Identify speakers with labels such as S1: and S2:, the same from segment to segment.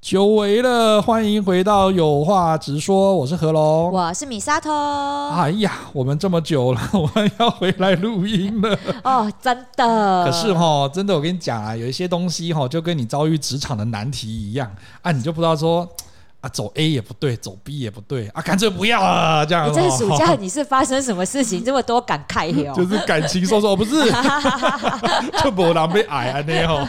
S1: 久违了，欢迎回到有话直说，我是何龙。
S2: 我是米沙头
S1: 哎呀，我们这么久了， 我们要回来录音了。
S2: 哦，真的。
S1: 可是哈，真的，我跟你讲啊，有一些东西哈，就跟你遭遇职场的难题一样啊，你就不知道说啊，走 A 也不对，走 B 也不对啊，干脆不要了，这样。
S2: 你这暑
S1: 吼
S2: 假你是发生什么事情这么多感慨哦哟、
S1: 就是感情受 受，不是，就不狼狈矮啊那样。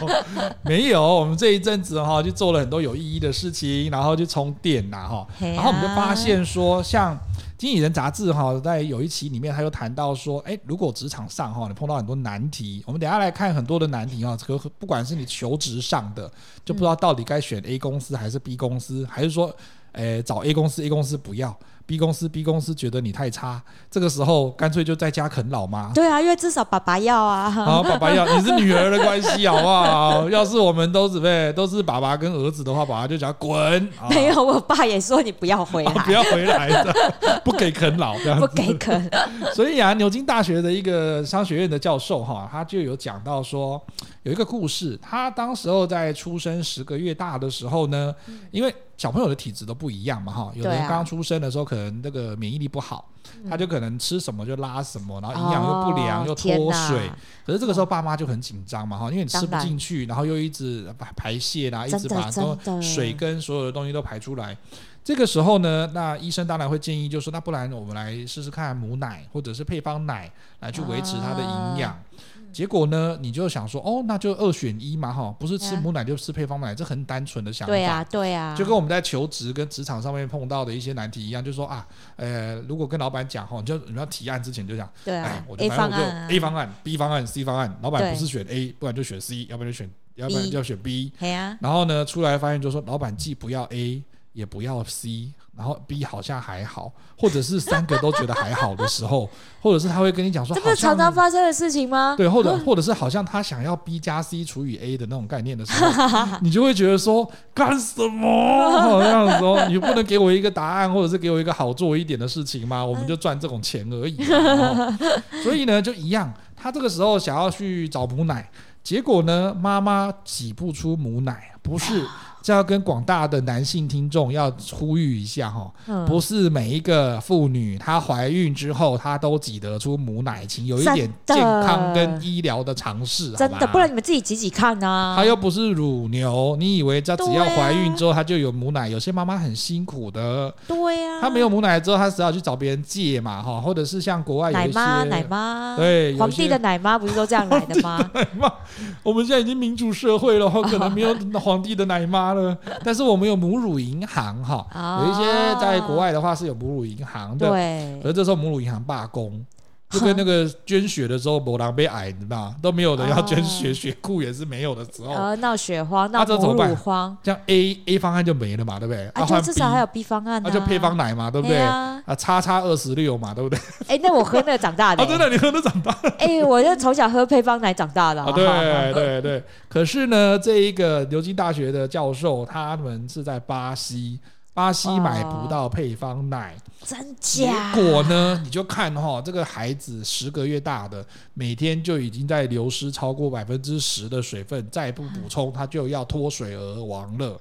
S1: 没有，我们这一阵子哈、就做了很多有意义的事情，然后就充电呐哈、
S2: 嘿啊
S1: 然后我们就发现说，像《经理人》杂志哈、在有一期里面，他又谈到说，哎，如果职场上哈、你碰到很多难题，我们等一下来看很多的难题啊、可不管是你求职上的，就不知道到底该选 A 公司还是 B 公司，还是说，诶找 A 公司，A 公司不要。B 公司，B 公司觉得你太差，这个时候干脆就在家啃老吗？
S2: 对啊，因为至少爸爸 要啊。
S1: 好，爸爸要你是女儿的关系，好不好？要是我们都只被都是爸爸跟儿子的话，爸爸就讲滚，啊
S2: 没有，我爸也说你不要回
S1: 啊不
S2: 来，
S1: 要回来的，不给啃老这样
S2: 不
S1: 子。
S2: 给啃。
S1: 所 以啊，牛津大学的一个商学院的教授哈，他就有讲到说，有一个故事，他当时候在出生十个月大的时候呢，因为小朋友的体质都不一样嘛哈，有的人
S2: 嗯对啊嗯
S1: 刚出生的时候可能那个免疫力不好，他就可能吃什么就拉什么，然后营养又不良、
S2: 哦
S1: 又
S2: 天
S1: 脱
S2: 哪
S1: 水，可是这个时候爸妈就很紧张嘛哈，因为你吃不
S2: 当然
S1: 进去，然后又一直排排泄啦，一
S2: 真
S1: 直
S2: 的
S1: 把
S2: 真
S1: 都
S2: 的
S1: 水跟所有的东西都排出来。这个时候呢，那医生当然会建议，就说那不然我们来试试看母奶或者是配方奶来去维持它的营
S2: 啊
S1: 养。结果呢，你就想说哦，那就二选一嘛哈，不是吃
S2: 对啊
S1: 母奶就吃配方奶，这很单纯的想法。
S2: 对啊，对啊。
S1: 就跟我们在求职跟职场上面碰到的一些难题一样，就说啊，呃，如果跟老板讲哈，你就你要提案之前就讲，
S2: 对
S1: 哎
S2: 啊，
S1: 我就哎
S2: A
S1: 反
S2: 方
S1: 正我
S2: 案啊
S1: 就 A 方案、B 方案、C 方案，老板
S2: 对
S1: 不是选 A，不然就选 C，要不然就选，要不然
S2: B
S1: 就要选 B。
S2: 嘿啊，
S1: 然后呢，出来发现就说，老板既不要 A，也不要 C，然后 B 好像还好，或者是三个都觉得还好的时候，或者是他会跟你讲说，
S2: 这不
S1: 好
S2: 是常常
S1: 像
S2: 发生的事情吗？
S1: 对，或者或者是好像他想要 B 加 C 除以 A 的那种概念的时候，你就会觉得说干什么？好像子哦，你不能给我一个答案，或者是给我一个好做一点的事情吗？我们就赚这种钱而已嘛、哦所以呢，就一样，他这个时候想要去找母奶，结果呢，妈妈挤不出母奶，不是。这要跟广大的男性听众要呼吁一下哈、
S2: 嗯
S1: 不是每一个妇女她怀孕之后她都挤得出母奶，请有一点健
S2: 真的
S1: 康跟医疗的尝试，
S2: 真
S1: 好
S2: 的，
S1: 吧
S2: 不然你们自己挤挤看啊。
S1: 她又不是乳牛，你以为她只要
S2: 对啊
S1: 怀孕之后她就有母奶？有些妈妈很辛苦的，
S2: 对啊呀，
S1: 她没有母奶之后她只好去找别人借嘛哈，或者是像国外
S2: 奶
S1: 有一些
S2: 妈，奶妈，
S1: 对有一
S2: 皇帝
S1: 些
S2: 的奶妈不是都这样来的 吗？
S1: 我们现在已经民主社会了，可能没有皇帝的奶妈了，但是我们有母乳银行哈，
S2: 哦
S1: 有一些在国外的话是有母乳银行的，
S2: 对
S1: 可，是这时候母乳银行罢工，就跟那个捐血的时候，某狼被矮，你知道吗都没有人要捐血，
S2: 哦
S1: 血库也是没有的时候，
S2: 呃，闹血荒，
S1: 那
S2: 闹
S1: 哦啊这怎么
S2: 母
S1: 办
S2: 乳荒，
S1: 这样 A A 方案就没了嘛，对不对？
S2: 啊，
S1: 换
S2: 就
S1: B，
S2: 至少还有 B 方案
S1: 那
S2: 啊，
S1: 就配方奶嘛，对不对？
S2: 嘿
S1: 啊，
S2: 啊，
S1: 叉叉二十六嘛，对不对？
S2: 哎，那我喝那个长大 的
S1: 啊，，真的，你喝都长 大了
S2: 哎，我就从小喝配方奶长大的
S1: 啊，，对对对。可是呢，这一个牛津大学的教授，他们是在巴西，巴西买
S2: 哦
S1: 不到配方奶，
S2: 真
S1: 结
S2: 假？
S1: 果呢，你就看哈、这个孩子十个月大的，每天就已经在流失超过百分之十的水分，再不补充，他就要脱水而亡了。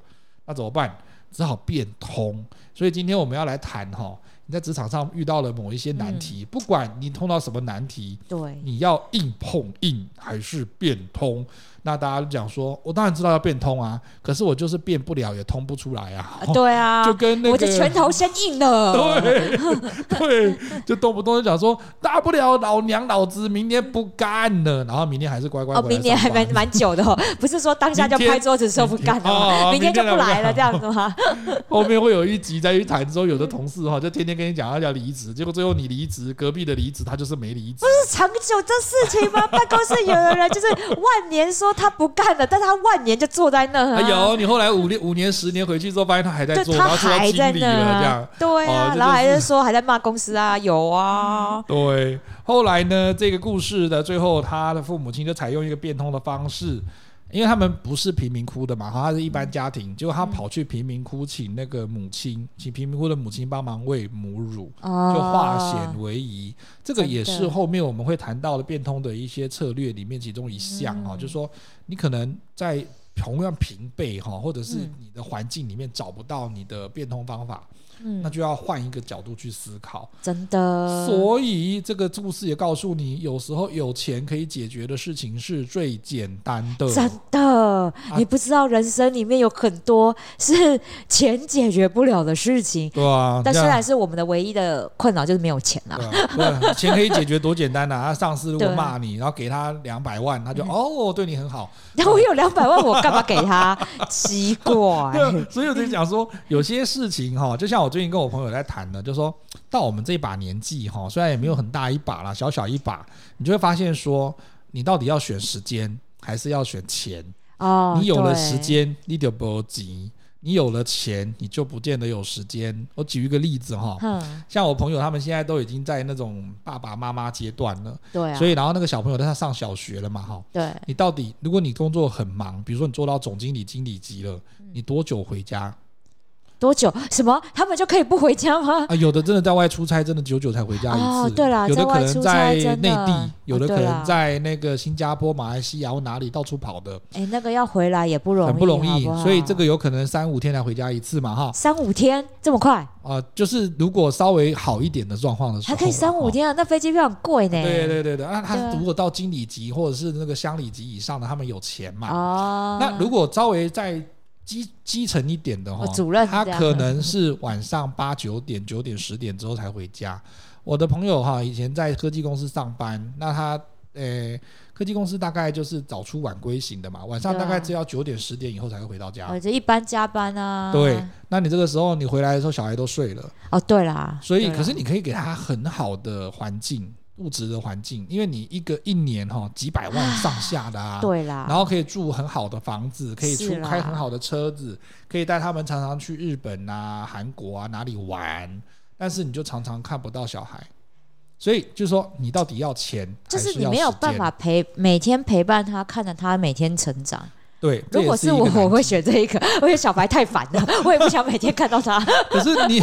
S1: 那怎么办？只好变通。所以今天我们要来谈哈、你在职场上遇到了某一些难题，
S2: 嗯
S1: 不管你碰到什么难题，
S2: 对，
S1: 你要硬碰硬还是变通？那大家就讲说，我当然知道要变通啊，可是我就是变不了，也通不出来啊。
S2: 啊对 啊
S1: 就，跟那个
S2: 我的拳头生硬了，
S1: 对 对，就动不动就讲说，大不了老娘老子明天不干了，然后明天还是乖乖
S2: 哦，
S1: 回来
S2: 明年还
S1: 上
S2: 蛮
S1: 班
S2: 蛮久的哦，不是说当下就
S1: 明天
S2: 拍桌子说不
S1: 明
S2: 干了
S1: 天哦
S2: 吗，明天就
S1: 明天
S2: 不
S1: 来
S2: 来了
S1: 不了
S2: 这样子吗？
S1: 后面会有一集再去谈说，有的同事哈、就天天跟你讲他要离职，结果最后你离职，隔壁的离职他就是没离职。
S2: 这是长久这事情吗？办公室有的人就是万年说他不干了，但他万年就坐在那啊、
S1: 哎有，你后来五年、五年、十年回去之后，发现他还在做，
S2: 对
S1: 然
S2: 他
S1: 后做到
S2: 还
S1: 经
S2: 在
S1: 理
S2: 那
S1: 了，
S2: 啊，
S1: 这样。
S2: 对
S1: 哦
S2: 啊，
S1: 这
S2: 然后还
S1: 就是
S2: 在说还在骂公司啊，有啊，
S1: 对，后来呢，这个故事的最后，他的父母亲就采用一个变通的方式，因为他们不是贫民窟的嘛，他是一般家庭，结果他跑去贫民窟请那个母
S2: 嗯
S1: 亲，请贫民窟的母亲帮忙喂母乳，嗯就
S2: 就
S1: 化险为夷。这个也
S2: 哦真
S1: 是
S2: 的
S1: 后面我
S2: 嗯
S1: 们会谈到的变通的一些策略里面其中一项哈、哦，就说你可能在同样平辈哈，或者是
S2: 嗯
S1: 你的环境里面找不到你的变通方法，那
S2: 嗯，
S1: 就要换一个角度去思考。
S2: 真的，
S1: 所以这个故事也告诉你，有时候有钱可以解决的事情是最简单的。
S2: 真的，
S1: 啊
S2: 你不知道人生里面有很多是钱解决不了的事情。
S1: 对啊，
S2: 但
S1: 这
S2: 虽
S1: 样
S2: 然是我们的唯一的困扰就是没有钱 啦，
S1: 对啊，对啊钱可以解决多简单呐、啊！上司如果
S2: 对
S1: 骂你，然后给他两百万，他就、
S2: 嗯
S1: 哦对你很好。
S2: 然后我有两百万，我干嘛给他？奇怪，
S1: 对啊，所以我就讲说，有些事情哈，就像我最近跟我朋友在谈的，就说到我们这把年纪哈，虽然也没有很大一把啦，小小一把，你就会发现说，你到底要选时间还是要选钱？
S2: 哦，
S1: 啊你有了
S2: 对
S1: 时，间，你就不急；你有了钱，你就不见得有时间。我举一个例子 哈。
S2: 嗯，
S1: 像我朋友他们现在都已经在那种爸爸妈妈阶段了，
S2: 对啊，
S1: 所以然后那个小朋友他上小学了嘛哈，
S2: 对，啊
S1: 你到底如果你工作很忙，比如说你做到总经理、经理级了，
S2: 嗯
S1: 你多久回家？
S2: 多久？什么？他们就可以不回家吗？
S1: 啊，有的真的在外出差，真的久久才回家一次。
S2: 哦对啦
S1: 有的
S2: 在
S1: 可
S2: 外
S1: 能
S2: 出
S1: 在
S2: 差
S1: 内
S2: 真的
S1: 地
S2: 哦，
S1: 有的可
S2: 对啦
S1: 能在那个新加坡、马来西亚或哪里到处跑的，
S2: 哎，那个要回来也不容易，
S1: 很不容
S2: 好
S1: 易。
S2: 不好
S1: 所以这个有可能三五天才回家一次嘛，哈
S2: 三五天这么快，
S1: 啊，就是如果稍微好一点的状况的时候
S2: 还
S1: 啦，
S2: 可以三五
S1: 哈。
S2: 天啊？那飞机票很贵呢。
S1: 哦对对对对，那他
S2: 对啊
S1: 如果到经理级或者是那个乡里级以上的，他们有钱嘛？
S2: 哦，
S1: 那如果稍微再基基层一点的哈、
S2: 哦主任
S1: 他
S2: 这样
S1: 可能是晚上八九点、九点、十点之后才回家。我的朋友哈、以前在科技公司上班，那他呃，科技公司大概就是早出晚归型的嘛，晚上
S2: 对啊
S1: 大概只要九点、十点以后才会回到家。
S2: 哦就一般加班啊，
S1: 啊对，那你这个时候你回来的时候，小孩都睡了，
S2: 哦，对啦，
S1: 所以
S2: 对啦
S1: 可是你可以给他很好的环境，物质的环境，因为你一个一年哈、几百万上下的啊，
S2: 对啦，
S1: 然后可以住很好的房子，可以出
S2: 是啦
S1: 开很好的车子，可以带他们常常去日本啊、韩国啊哪里玩，但是你就常常看不到小孩，所以就说你到底要钱
S2: 就
S1: 还
S2: 是
S1: 是
S2: 你
S1: 要
S2: 没有
S1: 时
S2: 办
S1: 间
S2: 法陪每天陪伴他，看着他每天成长。
S1: 对。这
S2: 如
S1: 也
S2: 果
S1: 是
S2: 是我
S1: 一个，
S2: 我
S1: 难
S2: 会
S1: 题
S2: 选这一个， 我觉得小白太烦 了，我也不想每天看到他。
S1: 可是你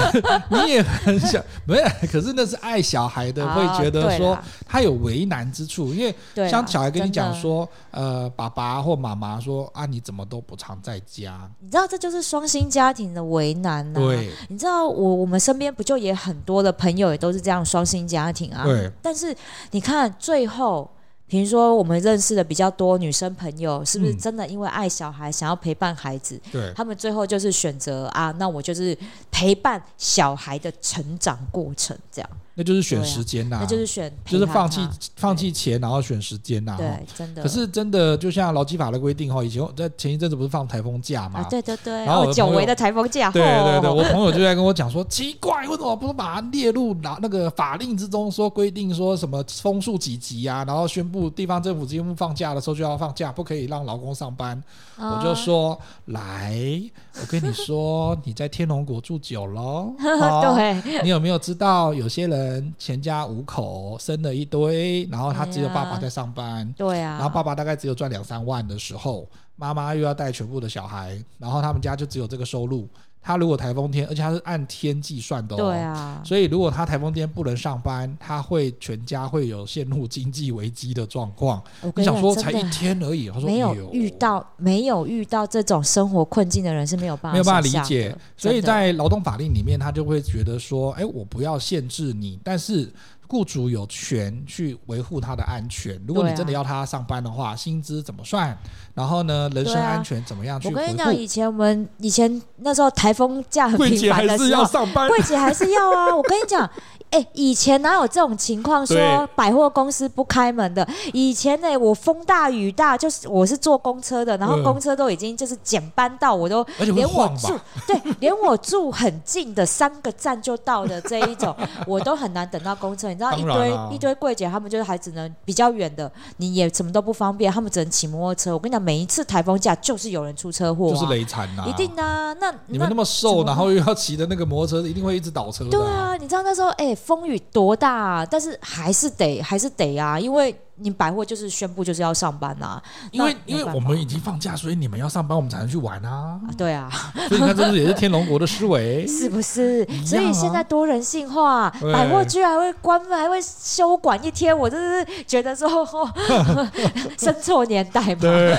S1: 你也很想，没有，可是那是爱小孩的，
S2: 啊
S1: 会觉得
S2: 对
S1: 说
S2: 啦
S1: 他有为难之处，因为
S2: 对啦，啊
S1: 像小孩跟你
S2: 真的
S1: 讲，说，呃，爸爸或妈妈说啊，你怎么都不常在家，
S2: 你知道这就是双薪家庭的为难啊呐、
S1: 对，
S2: 你知道我我们身边不就也很多的朋友也都是这样双薪家庭啊？
S1: 对。
S2: 但是你看最后。比如说，我们认识的比较多女生朋友，是不是
S1: 嗯
S2: 真的因为爱小孩，想要陪伴孩子，
S1: 对，
S2: 他们最后就是选择啊，那我就是陪伴小孩的成长过程，这样，
S1: 那就是选
S2: 对啊
S1: 时间呐、
S2: 那就是选陪
S1: 就是
S2: 伴
S1: 放
S2: 他啊
S1: 弃放弃钱，然后选时间呐、哈
S2: 对，真的。
S1: 可是真的，就像劳基法的规定哈，以前我在前一阵子不是放台风假嘛？
S2: 啊，对对对，
S1: 然后我的
S2: 哦久
S1: 朋友
S2: 违的台风假，
S1: 对对对，
S2: 吼
S1: 我朋友就在跟我讲说，奇怪，为什么不把它列入那那个法令之中，说规定说什么风速几级啊，然后宣布地方政府宣布放假的时候就要放假，不可以让劳工上班。
S2: 哦
S1: 我就，说，来，我跟你说，你在天龙国住久 了哦，
S2: 啊 对，
S1: 你有没有知道有些人全家五口生了一堆，然后他只有爸爸在上班，
S2: 对哎啊，
S1: 然后爸爸大概只有赚两三万的时候，妈妈又要带全部的小孩，然后他们家就只有这个收入。他如果台风天，而且他是按天计算的哦，
S2: 对啊，
S1: 所以如果他台风天不能上班，他会全家会有陷入经济危机的状况。
S2: 我
S1: 你
S2: 跟你
S1: 想
S2: 讲，
S1: 说
S2: 啊真
S1: 才一
S2: 的
S1: 天而已，他说
S2: 没
S1: 哎呦
S2: 有遇到没有遇到这种生活困境的人是没有办法
S1: 没有办法理
S2: 想象
S1: 解
S2: 的，
S1: 所以
S2: 真的
S1: 在劳动法令里面，他就会觉得说，哎，我不要限制你，但是雇主有权去维护他的安全。如果
S2: 对啊
S1: 你真的要他上班的话，薪资怎么算？然后呢，人身
S2: 对啊
S1: 安全怎么样去
S2: 我
S1: 维
S2: 跟你讲，
S1: 护？
S2: 以前我们以前那时候台风假很
S1: 柜
S2: 频
S1: 姐
S2: 繁
S1: 还
S2: 的
S1: 是
S2: 时
S1: 要
S2: 候，
S1: 上班，
S2: 柜姐还是要啊！我跟你讲，哎、以前哪有这种情况
S1: 对
S2: 说百货公司不开门的？以前呢、我风大雨大，就是我是坐公车的，然后
S1: 嗯
S2: 公车都已经就是减班到我都
S1: 而且会
S2: 连我
S1: 晃
S2: 住
S1: 吧？
S2: 对，连我住很近的三个站就到的这一种，我都很难等到公车。你知道一
S1: 当然啊
S2: 堆、
S1: 啦
S2: 一堆柜姐，他们就是还只能比较远的，你也什么都不方便，他们只能骑摩托车。我跟你讲，每一次台风假就是有人出车祸、啊，
S1: 就是累残呐、
S2: 一定的、啊。那
S1: 你们那么
S2: 怎
S1: 瘦，
S2: 么
S1: 然后又要骑的那个摩托车，一定会一直倒车的、
S2: 啊对啊，你知道那时候哎、风雨多大、啊，但是还是得还是得啊，因为你百货就是宣布就是要上班啊，
S1: 因为
S2: 那
S1: 因为
S2: 没办
S1: 我
S2: 法
S1: 们已经放假，所以你们要上班，我们才能去玩啊。
S2: 啊对啊，。
S1: 所以你看，这是也是天龙国的思维
S2: 是不是
S1: 一样？
S2: 所以现在
S1: 啊
S2: 多人性化，
S1: 对
S2: 百货居然会关门，还会休馆一天，我真是觉得说， 哦生错年代嘛。
S1: 对，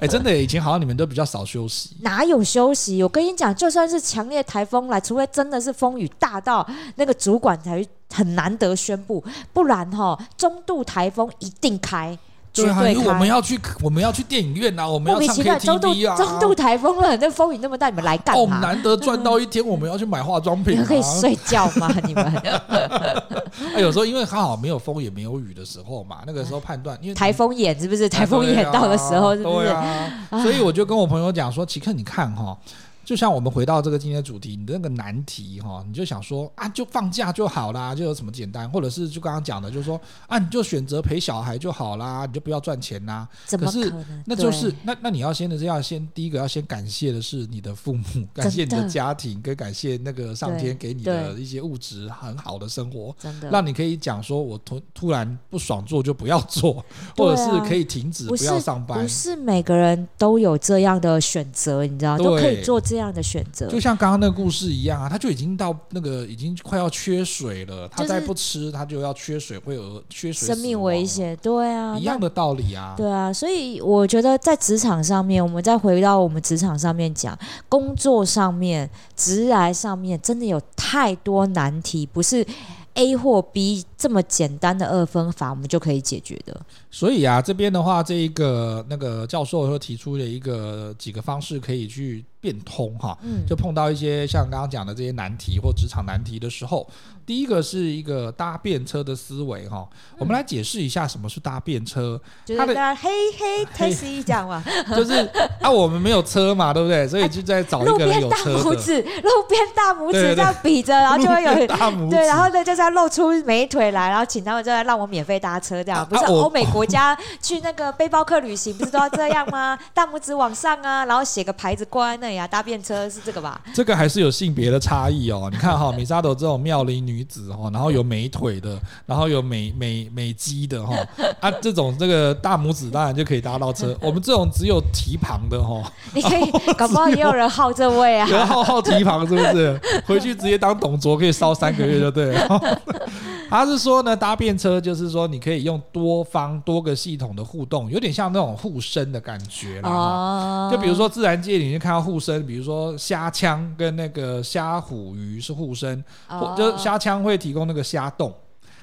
S1: 哎，真的耶，以前好像你们都比较少休息。
S2: 哪有休息？我跟你讲，就算是强烈台风来，除非真的是风雨大到那个主管才很难得宣布，不然哈、中度台风一定开，绝
S1: 啊，因为我们
S2: 开。
S1: 要去我们要去电影院啊，我们
S2: 莫
S1: 要
S2: 名
S1: 唱
S2: 其妙，中度
S1: KTV 啊。
S2: 中度台风了，那风雨那么大，你们来干
S1: 哦，
S2: 嘛？
S1: 难得赚到一天，我们要去买化妆
S2: 你
S1: 品、啊。
S2: 们嗯 可以睡觉吗？你们
S1: 哎，有时候因为刚好没有风也没有雨的时候嘛，那个时候判断，因为
S2: 哎台风眼是不是？台风眼到的时候是不是？
S1: 哎啊对啊，
S2: 啊
S1: 所以我就跟我朋友讲说，奇克，你看哈、就像我们回到这个今天的主题，你的那个难题哈、你就想说啊，就放假就好啦，就有什么简单，或者是就刚刚讲的，就是说啊，你就选择陪小孩就好啦，你就不要赚钱啦。
S2: 怎么
S1: 可是
S2: 能？
S1: 那就是
S2: 对
S1: 那那你要先的是要先第一个要先感谢的是你的父母， 感谢你的家庭，跟感谢那个上天给你的一些物质很好的生活。
S2: 真的，
S1: 让你可以讲说，我突突然不爽做就不要 做，
S2: 对
S1: 或
S2: 啊
S1: 者是可以停止
S2: 不
S1: 不
S2: 是
S1: 要上班
S2: 不。是每个人都有这样的选择，你知道，
S1: 对
S2: 都可以做这样的选择。
S1: 就像刚刚那个故事一样啊，他就已经到那个已经快要缺水了，他再不吃他就要缺水，会有呃缺水
S2: 生命
S1: 死亡
S2: 危险，对啊，
S1: 一样的道理啊
S2: 那。对啊，所以我觉得在职场上面，我们再回到我们职场上面讲，工作上面、职涯上面，真的有太多难题，不是 A 或 B 这么简单的二分法，我们就可以解决的。
S1: 所以啊，这边的话，这一个那个教授又提出了一个几个方式可以去变通哈。
S2: 嗯，
S1: 就碰到一些像刚刚讲的这些难题或职场难题的时候，第一个是一个搭便车的思维哈。
S2: 嗯
S1: 我们来解释一下什么是搭便车。
S2: 就
S1: 他的
S2: 是那嘿嘿
S1: 嘿
S2: taxi 讲嘛，
S1: 就是啊，我们没有车嘛，对不对？所以就在找一
S2: 路
S1: 个人
S2: 边
S1: 有
S2: 大
S1: 车
S2: 拇
S1: 的。
S2: 指，路边大拇
S1: 对对
S2: 指这样比着，然后就会有人
S1: 大拇指，
S2: 对，然后呢，就是要露出美腿来，然后请他们就来让我免费搭车，这样、
S1: 啊
S2: 不是
S1: 啊我
S2: 欧美国家去那个背包客旅行不是都要这样吗？ 大拇指往上啊，然后写个牌子挂在那里啊，搭便车是这个吧？
S1: 这个还是有性别的差异哦。你看哈、米沙朵这种妙龄女子哦，然后有美腿的，然后有美美美肌的哈、啊，这种这个大拇指当然就可以搭到车。我们这种只有蹄旁的哦 哈、
S2: 你可以，搞不好也有人好这位啊。
S1: 有浩浩提旁是不是？回去直接当董卓可以烧三个月就对了。 他是说呢，搭便车就是说你可以用多方多个系统的互动，有点像那种互生的感觉啦。哈
S2: 哦
S1: 啊就比如，说自然界，你就看到互生，比如说虾枪跟那个虾虎鱼是互生，
S2: 哦
S1: 或就是虾枪会提供那个虾洞。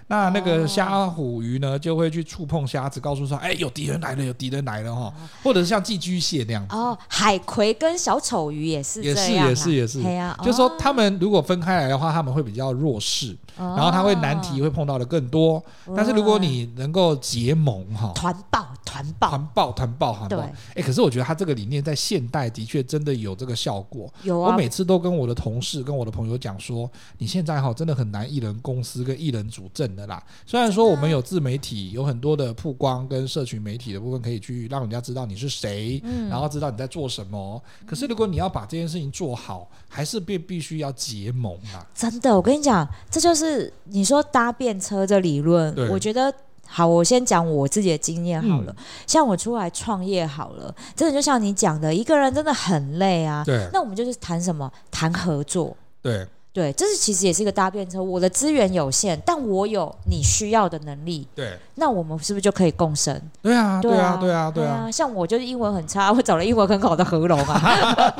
S1: 那那个虾虎鱼呢，就会去触碰虾子，告诉说，哎、有敌人来了，有敌人来了哈，或者是像寄居蟹那样子。
S2: 哦，海葵跟小丑鱼也是
S1: 也是
S2: 这样啊
S1: 也是也是
S2: 嘿呀、
S1: 就是说，他们如果分开来的话，他们会比较弱势，
S2: 哦
S1: 然后他会难题会碰到的更多。但是如果你能够结盟哈，
S2: 团爆团爆
S1: 团爆团爆团爆，
S2: 对
S1: 哎、可是我觉得他这个理念在现代的确真的有这个效果。
S2: 有
S1: 我
S2: 啊，
S1: 每次都跟我的同事、跟我的朋友讲说，你现在哈真的很难一人公司跟一人主政的啦。虽然说我们有自媒体，有很多的曝光跟社群媒体的部分可以去让人家知道你是谁，
S2: 嗯
S1: 然后知道你在做什么。可是如果你要把这件事情做好，还是必必须要结盟啊。
S2: 真的，我跟你讲，这就是你说搭便车这理论
S1: 对，嗯
S2: 我觉得。好，我先讲我自己的经验好了。像我出来创业好了，真的就像你讲的，一个人真的很累啊。
S1: 对
S2: 那我们就是谈什么？谈合作。
S1: 对
S2: 对，这是其实也是一个搭便车。我的资源有限，但我有你需要的能力，
S1: 对
S2: 那我们是不是就可以共生？
S1: 对啊对啊对
S2: 对
S1: 啊对啊！
S2: 啊，像我就是英文很差，我找了英文很好的合龙 啊。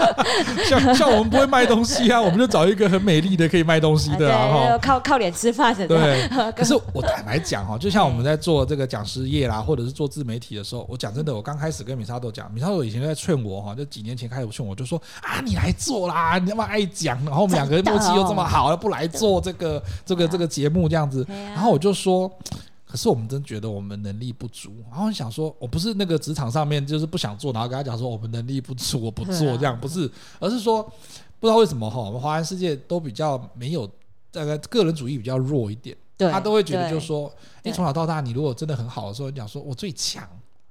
S1: 像像我们不会卖东西啊，我 们就找一个很美丽的可以卖东西的啊哈。
S2: 对，哎靠靠脸吃饭的。
S1: 对，可是我坦白讲哦，就像我们在做这个讲师业啦，或者是做自媒体的时候，我讲真的，我刚开始跟米沙豆讲，米沙豆以前就在劝我哈，就几年前开始劝我，就说啊，你来做啦，你那么爱讲，然后我们两个
S2: 真的
S1: 默契又这么
S2: 哦
S1: 好，不来做这个这个这个节目这样子，
S2: 对啊
S1: 然后我就说。可是我们真觉得我们能力不足，然后想说，我不是那个职场上面就是不想做，然后跟他讲说我们能力不足，我不
S2: 对
S1: 做
S2: 啊
S1: 这样，不是，而是说不知道为什么哈，我们华人世界都比较没有大概个人主义比较弱一点，
S2: 对
S1: 他都会觉得就是
S2: 对
S1: 说，你
S2: 对
S1: 从小到大，你如果真的很好的时候，你讲说我最强，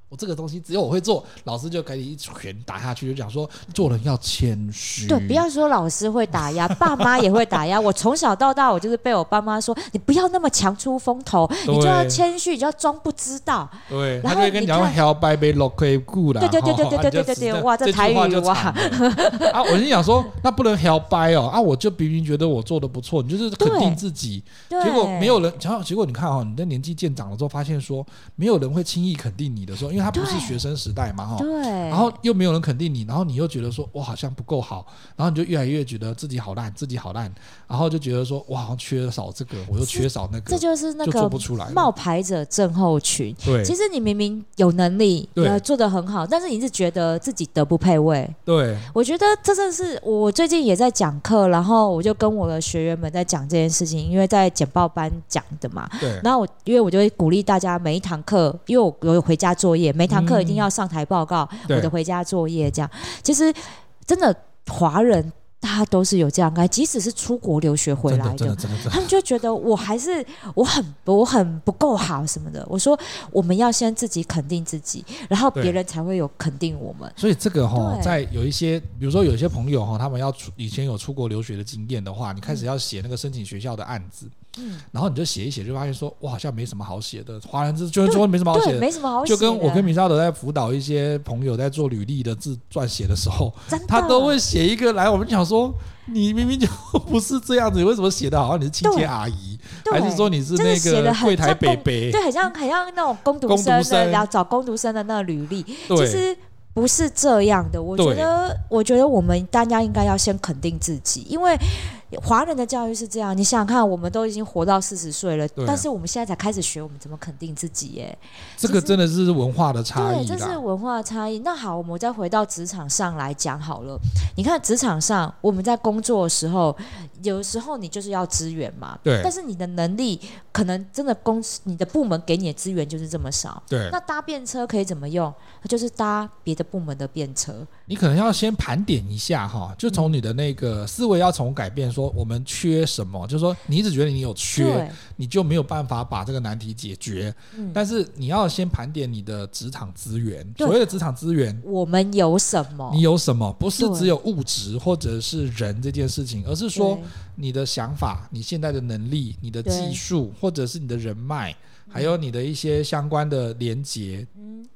S1: 我这个东西只有我会做，老师就给你一拳打下去，就讲说做人要谦虚，
S2: 对，不要说老师会打 压，爸妈也会打压。我从小到大，我就是被我爸妈说，你不要那么强出风头，
S1: 对
S2: 你就要谦虚，你就要装不知道。
S1: 对，
S2: 然
S1: 他
S2: 后
S1: 就会跟你讲说
S2: 你
S1: “hell by by lock a good” 啦，
S2: 对对对对
S1: 吼
S2: 对
S1: 啊你就
S2: 对对对对
S1: 知道
S2: 哇这
S1: 这
S2: 台
S1: 句话
S2: 语
S1: 就
S2: 哇
S1: 惨了啊！我心想说，那不能 “hell by” 哦啊！我就明明觉得我做的不错，你就是肯定
S2: 对
S1: 自己，
S2: 对，
S1: 结果没有人，然后结果你看哈、哦你的年纪渐长了之后，发现说没有人会轻易肯定你的时候，因为他不是
S2: 对
S1: 学生时代嘛哈、
S2: 对，
S1: 然后又没有人肯定你，然后你又觉得说我好像不够好，然后你就越来越觉得自己好烂，自己好烂，然后就觉得说我好像缺少这个，我又缺少那
S2: 这
S1: 个，
S2: 就是那
S1: 就做
S2: 个
S1: 不出来了
S2: 冒牌者症候群。
S1: 对
S2: 其实你明明有能力，
S1: 对
S2: 呃，做得很好，但是你是觉得自己德不配位。
S1: 对
S2: 我觉得这真的是我最近也在讲课，然后我就跟我的学员们在讲这件事情，因为在简报班讲的嘛。
S1: 对
S2: 然后我因为我就会鼓励大家每一堂课，因为我有回家作业，每一堂课一定要上台报告、 我的
S1: 对
S2: 回家作业这样。其实真的华人大家都是有这样哎感，即使是出国留学回
S1: 真
S2: 来
S1: 的真的真的真的
S2: 他们就觉得我还是我很我很不够好什么的。我说我们要先自己肯定自己，然后
S1: 对
S2: 别人才会有肯定我们。
S1: 所以这个哈、
S2: 对
S1: 在有一些，比如说有一些朋友哈、他们要出以前有出国留学的经验的话，你开始要写那个申请学校的案子，
S2: 嗯，
S1: 然后你就写一写，就发现说我好像没什么好写的，华人就是就是说没什么好写
S2: 对，
S1: 的，
S2: 没什么好写
S1: 就
S2: 的。
S1: 跟我跟米沙德在辅导一些朋友在做履历的自撰写的时候，
S2: 真的
S1: 他都会写一个来，我们想说你明明就不是这样子，你为什么写的好像你是亲切
S2: 对
S1: 阿姨，
S2: 对
S1: 还是说你是
S2: 真的
S1: 那
S2: 写
S1: 个
S2: 得很
S1: 柜台
S2: 像
S1: 北
S2: 公
S1: 北？
S2: 对，很像很像那种工读
S1: 工读
S2: 生的，
S1: 生
S2: 然后找工读生的那个履历，其
S1: 对
S2: 实不是这样的。我觉
S1: 对
S2: 得，我觉得我们大家应该要先肯定自己，因为华人的教育是这样。你想想看，我们都已经活到四十岁了
S1: 对，啊
S2: 但是我们现在才开始学我们怎么肯定自己耶。
S1: 这个
S2: 其实
S1: 真的是文化的差
S2: 对，
S1: 异
S2: 这是
S1: 啦。
S2: 文化差异。那好，我们再回到职场上来讲好了。你看职场上，我们在工作的时候，有时候你就是要资源嘛，
S1: 对
S2: 但是你的能力可能真的公司你的部门给你的资源就是这么少。
S1: 对，
S2: 那搭便车可以怎么用？就是搭别的部门的便车。
S1: 你可能要先盘点一下哈，就从你的那个思维要从改变，说我们缺什么，就是说你一直觉得你有缺，
S2: 对，
S1: 你就没有办法把这个难题解决。
S2: 嗯
S1: 但是你要先盘点你的职场资源，
S2: 对
S1: 所谓的职场资源，
S2: 我们有什么
S1: 你？有什么？不是
S2: 对
S1: 只有物质或者是人这件事情，而是说你的想法、你现在的能力、你的
S2: 对嗯
S1: 技术，或者是你的人脉，还有你的一些相关的连接，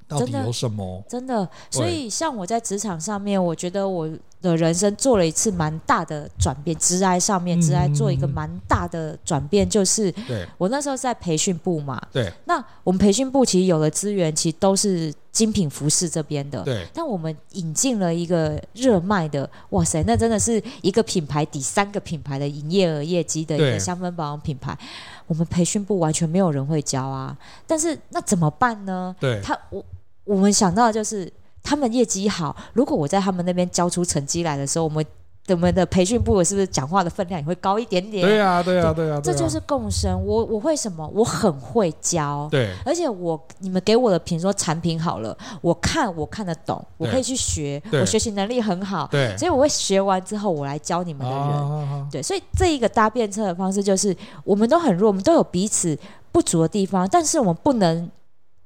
S1: 到底
S2: 真的
S1: 有什么？
S2: 真的，
S1: 对
S2: 所以像我在职场上面，我觉得我的人生做了一次蛮大的转变，职癌上面，
S1: 嗯
S2: 职癌做一个蛮大的转变，就是
S1: 对
S2: 我那时候是在培训部嘛，
S1: 对
S2: 那我们培训部其实有的资源其实都是精品服饰这边的。
S1: 对
S2: 但我们引进了一个热卖的，哇塞，那真的是一个品牌抵三个品牌的营业额业绩的一
S1: 对
S2: 个香氛保养品牌。我们培训部完全没有人会教啊，但是那怎么办呢？
S1: 对
S2: 他我我们想到的就是他们业绩好，如果我在他们那边交出成绩来的时候，我们我们的培训部是不是讲话的分量也会高一点点？
S1: 对啊对啊对啊，
S2: 这
S1: 对啊
S2: 就是共生。我我会什么？我很会教。
S1: 对
S2: 而且我你们给我的，评说产品好了，我看我看得懂，我
S1: 对
S2: 可以去学，
S1: 对
S2: 我学习能力很好，
S1: 对
S2: 所以我会学完之后，我来教你们的人。
S1: 啊，
S2: 对，所以这一个搭便车的方式就是，我们都很弱，我们都有彼此不足的地方，但是我们不能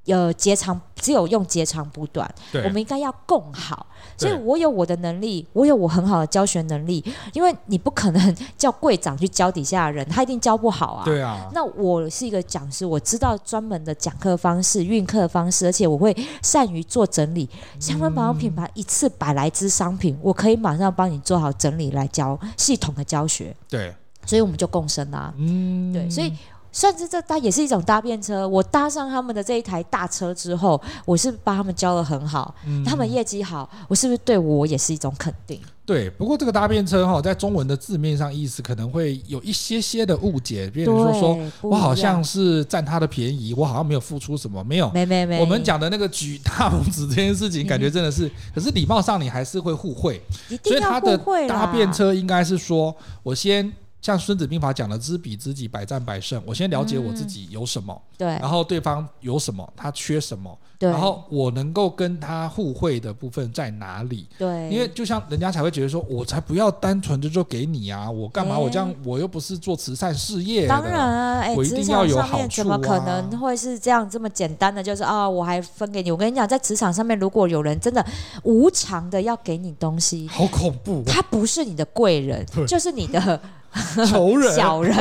S2: 呃截长，只有用截长补短，
S1: 对
S2: 我们应该要共好。所
S1: 对
S2: 以我有我的能力，我有我很好的教学能力，因为你不可能叫柜长去教底下的人，他一定教不好啊。
S1: 对啊，
S2: 那我是一个讲师，我知道专门的讲课方式、运课方式，而且我会善于做整理。相关保养品牌一次百来支商品，我可以马上帮你做好整理来教系统的教学，
S1: 对
S2: 所以我们就共生啦、
S1: 嗯
S2: 对，所以。算是这搭也是一种搭便车。我搭上他们的这一台大车之后，我是把他们教的很好，
S1: 嗯
S2: 他们业绩好，我是不是对我也是一种肯定？
S1: 对，不过这个搭便车哈，在中文的字面上意思可能会有一些些的误解，比
S2: 对，
S1: 如说说
S2: 不
S1: 我好
S2: 一样
S1: 像是占他的便宜，我好像没有付出什么，没有。
S2: 没没没，
S1: 我们讲的那个举大拇指这件事情，
S2: 嗯
S1: 感觉真的是，可是礼貌上你还是会互惠，
S2: 一
S1: 所
S2: 定
S1: 以他
S2: 要
S1: 的
S2: 互惠啦
S1: 搭便车应该是说，我先像《孙子兵法》讲的“知彼知己，百战百胜”，我先了解我自己有什么，
S2: 对
S1: 然后对方有什么，他缺什么，
S2: 哎对，
S1: 然后我能够跟他互惠的部分在哪里？
S2: 对，
S1: 因为就像人家才会觉得说，我才不要单纯的就给你啊，我干嘛
S2: 哎
S1: 我这样，我又不是做慈善事业的。
S2: 当然啊，哎、
S1: 我一
S2: 职
S1: 定要
S2: 场
S1: 有
S2: 上
S1: 好
S2: 面怎
S1: 处
S2: 么可
S1: 啊
S2: 能会是这样这么简单的？就是啊，我还分给你。我跟你讲，在职场上面，如果有人真的无偿的要给你 东西，
S1: 好恐怖哦，
S2: 他不是你的贵人
S1: 对，
S2: 就是你的
S1: 仇人，
S2: 小人。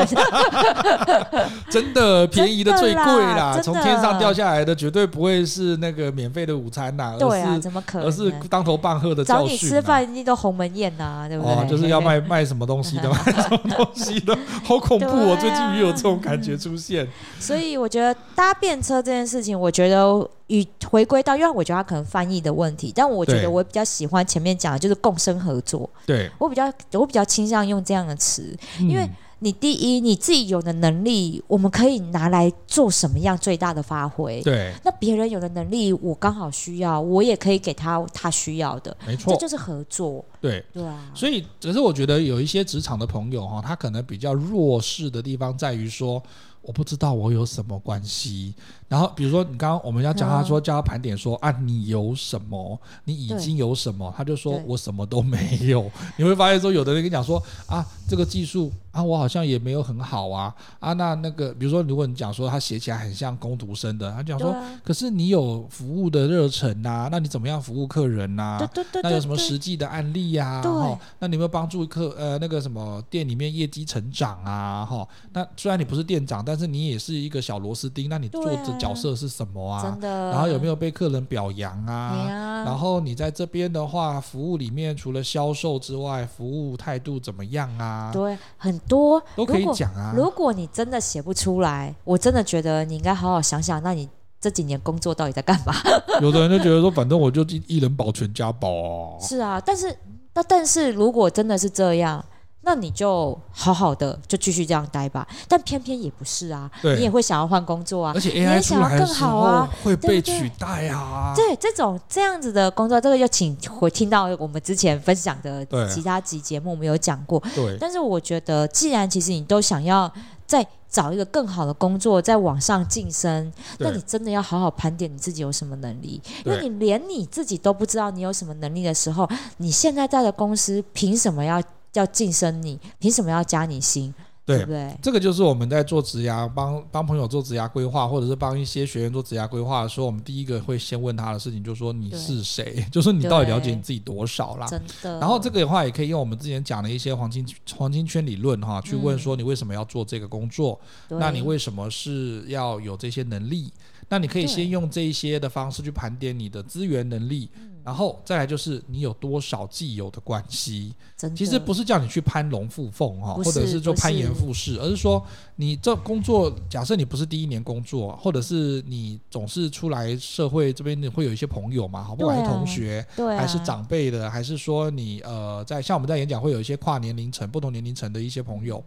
S1: 真的便宜的最贵
S2: 真的啦
S1: 啦，
S2: 真的
S1: 从天上掉下来的绝对不会是那个免费的午餐呐，
S2: 对啊，
S1: 而是
S2: 怎么可
S1: 而是
S2: 能？
S1: 当头棒喝的
S2: 找
S1: 教训啊。
S2: 你吃饭一定都鸿门宴呐、对不对？
S1: 哦，就是要卖卖什么东西的，卖什么东西的，好恐怖哦！
S2: 对啊嗯
S1: 最近也有这种感觉出现，
S2: 所以我觉得搭便车这件事情，我觉得与回归到，因为我觉得它可能翻译的问题，但我觉
S1: 对
S2: 得我比较喜欢前面讲的就是共生合作，
S1: 对，嗯
S2: 我比较我比较倾向用这样的词，因为你第一你自己有的能力，我们可以拿来做什么样最大的发挥？
S1: 对，
S2: 那别人有的能力，我刚好需要，我也可以给他他需要的，
S1: 没
S2: 这
S1: 错，
S2: 就是合作，
S1: 对。
S2: 对啊，
S1: 所以，只是我觉得有一些职场的朋友哈、他可能比较弱势的地方在于说，我不知道我有什么关系。然后，比如说你刚刚我们要教他说，
S2: 嗯
S1: 教他盘点说啊，你有什么？你已经有什么？他就说
S2: 对
S1: 我什么都没有。 你会发现说，有的人跟你讲说啊，这个技术啊，我好像也没有很好啊啊，那那个，比如说如果你讲说他写起来很像工读生的，他讲
S2: 对
S1: 说，
S2: 啊，
S1: 可是你有服务的热忱呐、那你怎么样服务客人呐、
S2: 对对对对，
S1: 啊那有什么
S2: 对
S1: 实际的案例呀、
S2: 对
S1: 齁那你有没有帮助客呃那个什么店里面业绩成长啊？哈，那虽然你不是店长，但是你也是一个小螺丝钉，那你做
S2: 对啊
S1: 的角色是什么啊
S2: 真？的？
S1: 然后有没
S2: 有
S1: 有被客人表扬啊？然后你在这边的话，服务里面除了销售之外，服务态度怎么样啊？
S2: 对很多
S1: 都可以
S2: 如果
S1: 讲啊。
S2: 如果你真的写不出来，我真的觉得你应该好好想想，那你这几年工作到底在干嘛？
S1: 有的人就觉得说，反正我就一一人保全家保、哦。
S2: 是啊，但是那但是如果真的是这样，那你就好好的就继续这样待吧。但偏偏也不是啊，
S1: 对
S2: 你也会想要换工作啊
S1: 而。且
S2: 也
S1: AI 出
S2: 想要
S1: 来的
S2: 更
S1: 时
S2: 好
S1: 候
S2: 啊
S1: 会被
S2: 对对
S1: 取代啊。
S2: 对，这种这样子的工作，这个就请回听到我们之前分享的
S1: 对
S2: 其他集节目，我们有讲过。
S1: 对
S2: 但是我觉得，既然其实你都想要再找一个更好的工作，再往上晋升，那
S1: 对
S2: 你真的要好好盘点你自己有什么能力。因
S1: 对
S2: 为你连你自己都不知道你有什么能力的时候，你现在在的公司凭什么要要晋升你？凭什么要加你薪？
S1: 对
S2: 不对？
S1: 这个就是我们在做职涯，帮帮朋友做职涯规划，或者是帮一些学员做职涯规划的时候，我们第一个会先问他的事情，就是说你
S2: 对
S1: 是谁， 就是你到底了解
S2: 对
S1: 你自己多少啦。
S2: 真的。
S1: 啊然后这个的话，也可以用我们之前讲的一些黄金黄金圈理论哈，去问说你为什么要做这个工作，
S2: 对，
S1: 那你为什么是要有这些能力？那你可以
S2: 对
S1: 先用这一些的方式去盘点你的资源能力，
S2: 嗯
S1: 然后再来就是你有多少既有的关系。
S2: 真的
S1: 其实不是叫你去攀龙附凤哈，
S2: 不
S1: 或者
S2: 是
S1: 是说
S2: 不
S1: 攀
S2: 是
S1: 岩附势，而是说你这工作，假设你不是第一年工作，或者是你总是出来社会这边，你会有一些朋友嘛，好，不管是
S2: 对啊
S1: 同学、
S2: 对、啊、
S1: 还是长辈的，还是说你呃，在像我们在演讲会有一些跨年龄层、不同年龄层的一些朋友，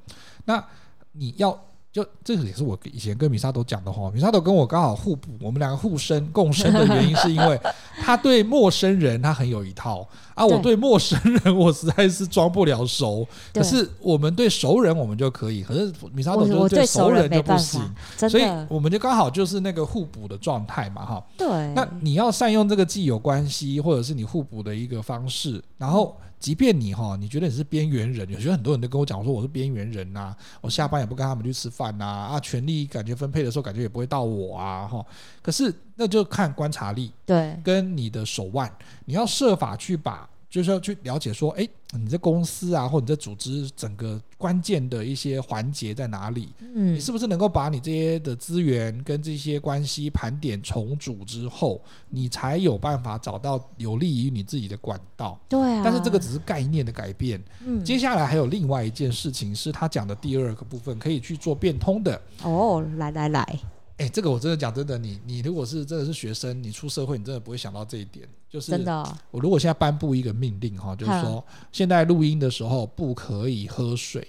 S1: 那你要。就这个也是我以前跟米沙头讲的哈，米沙头跟我刚好互补，我们两个互生共生的原因是因为他对陌生人他很有一套啊，我对陌生人我实在是装不了熟，可
S2: 对
S1: 是我们对熟人我们就可以，可是米沙头
S2: 我
S1: 就是
S2: 我对
S1: 熟
S2: 熟人
S1: 就
S2: 没
S1: 不
S2: 办
S1: 行
S2: 法，，真
S1: 所以
S2: 的
S1: 我们就刚好就是那个互补的状态嘛哈。
S2: 对。
S1: 那你要善用这个既有关系，或者是你互补的一个方式。然后，即便你哈，你觉得你是边缘人，有些很多人都跟我讲说我是边缘人呐、我下班也不跟他们去吃饭呐、啊，权力感觉分配的时候感觉也不会到我啊，哈。可是那就看观察力
S2: 对
S1: 跟你的手腕，你要设法去把。就是要去了解说，诶，你这公司啊，或者你这组织整个关键的一些环节在哪里？
S2: 嗯
S1: 你是不是能够把你这些的资源跟这些关系盘点重组之后，你才有办法找到有利于你自己的管道？
S2: 对啊。
S1: 但是这个只是概念的改变，
S2: 嗯
S1: 接下来还有另外一件事情是他讲的第二个部分，可以去做变通的。
S2: 哦，来来来，
S1: 哎，这个我真的讲真的，你你如果是真的是学生，你出社会，你真的不会想到这一点。就是
S2: 真的哦
S1: 我如果现在颁布一个命令哈，就是说现在录音的时候不可以喝水。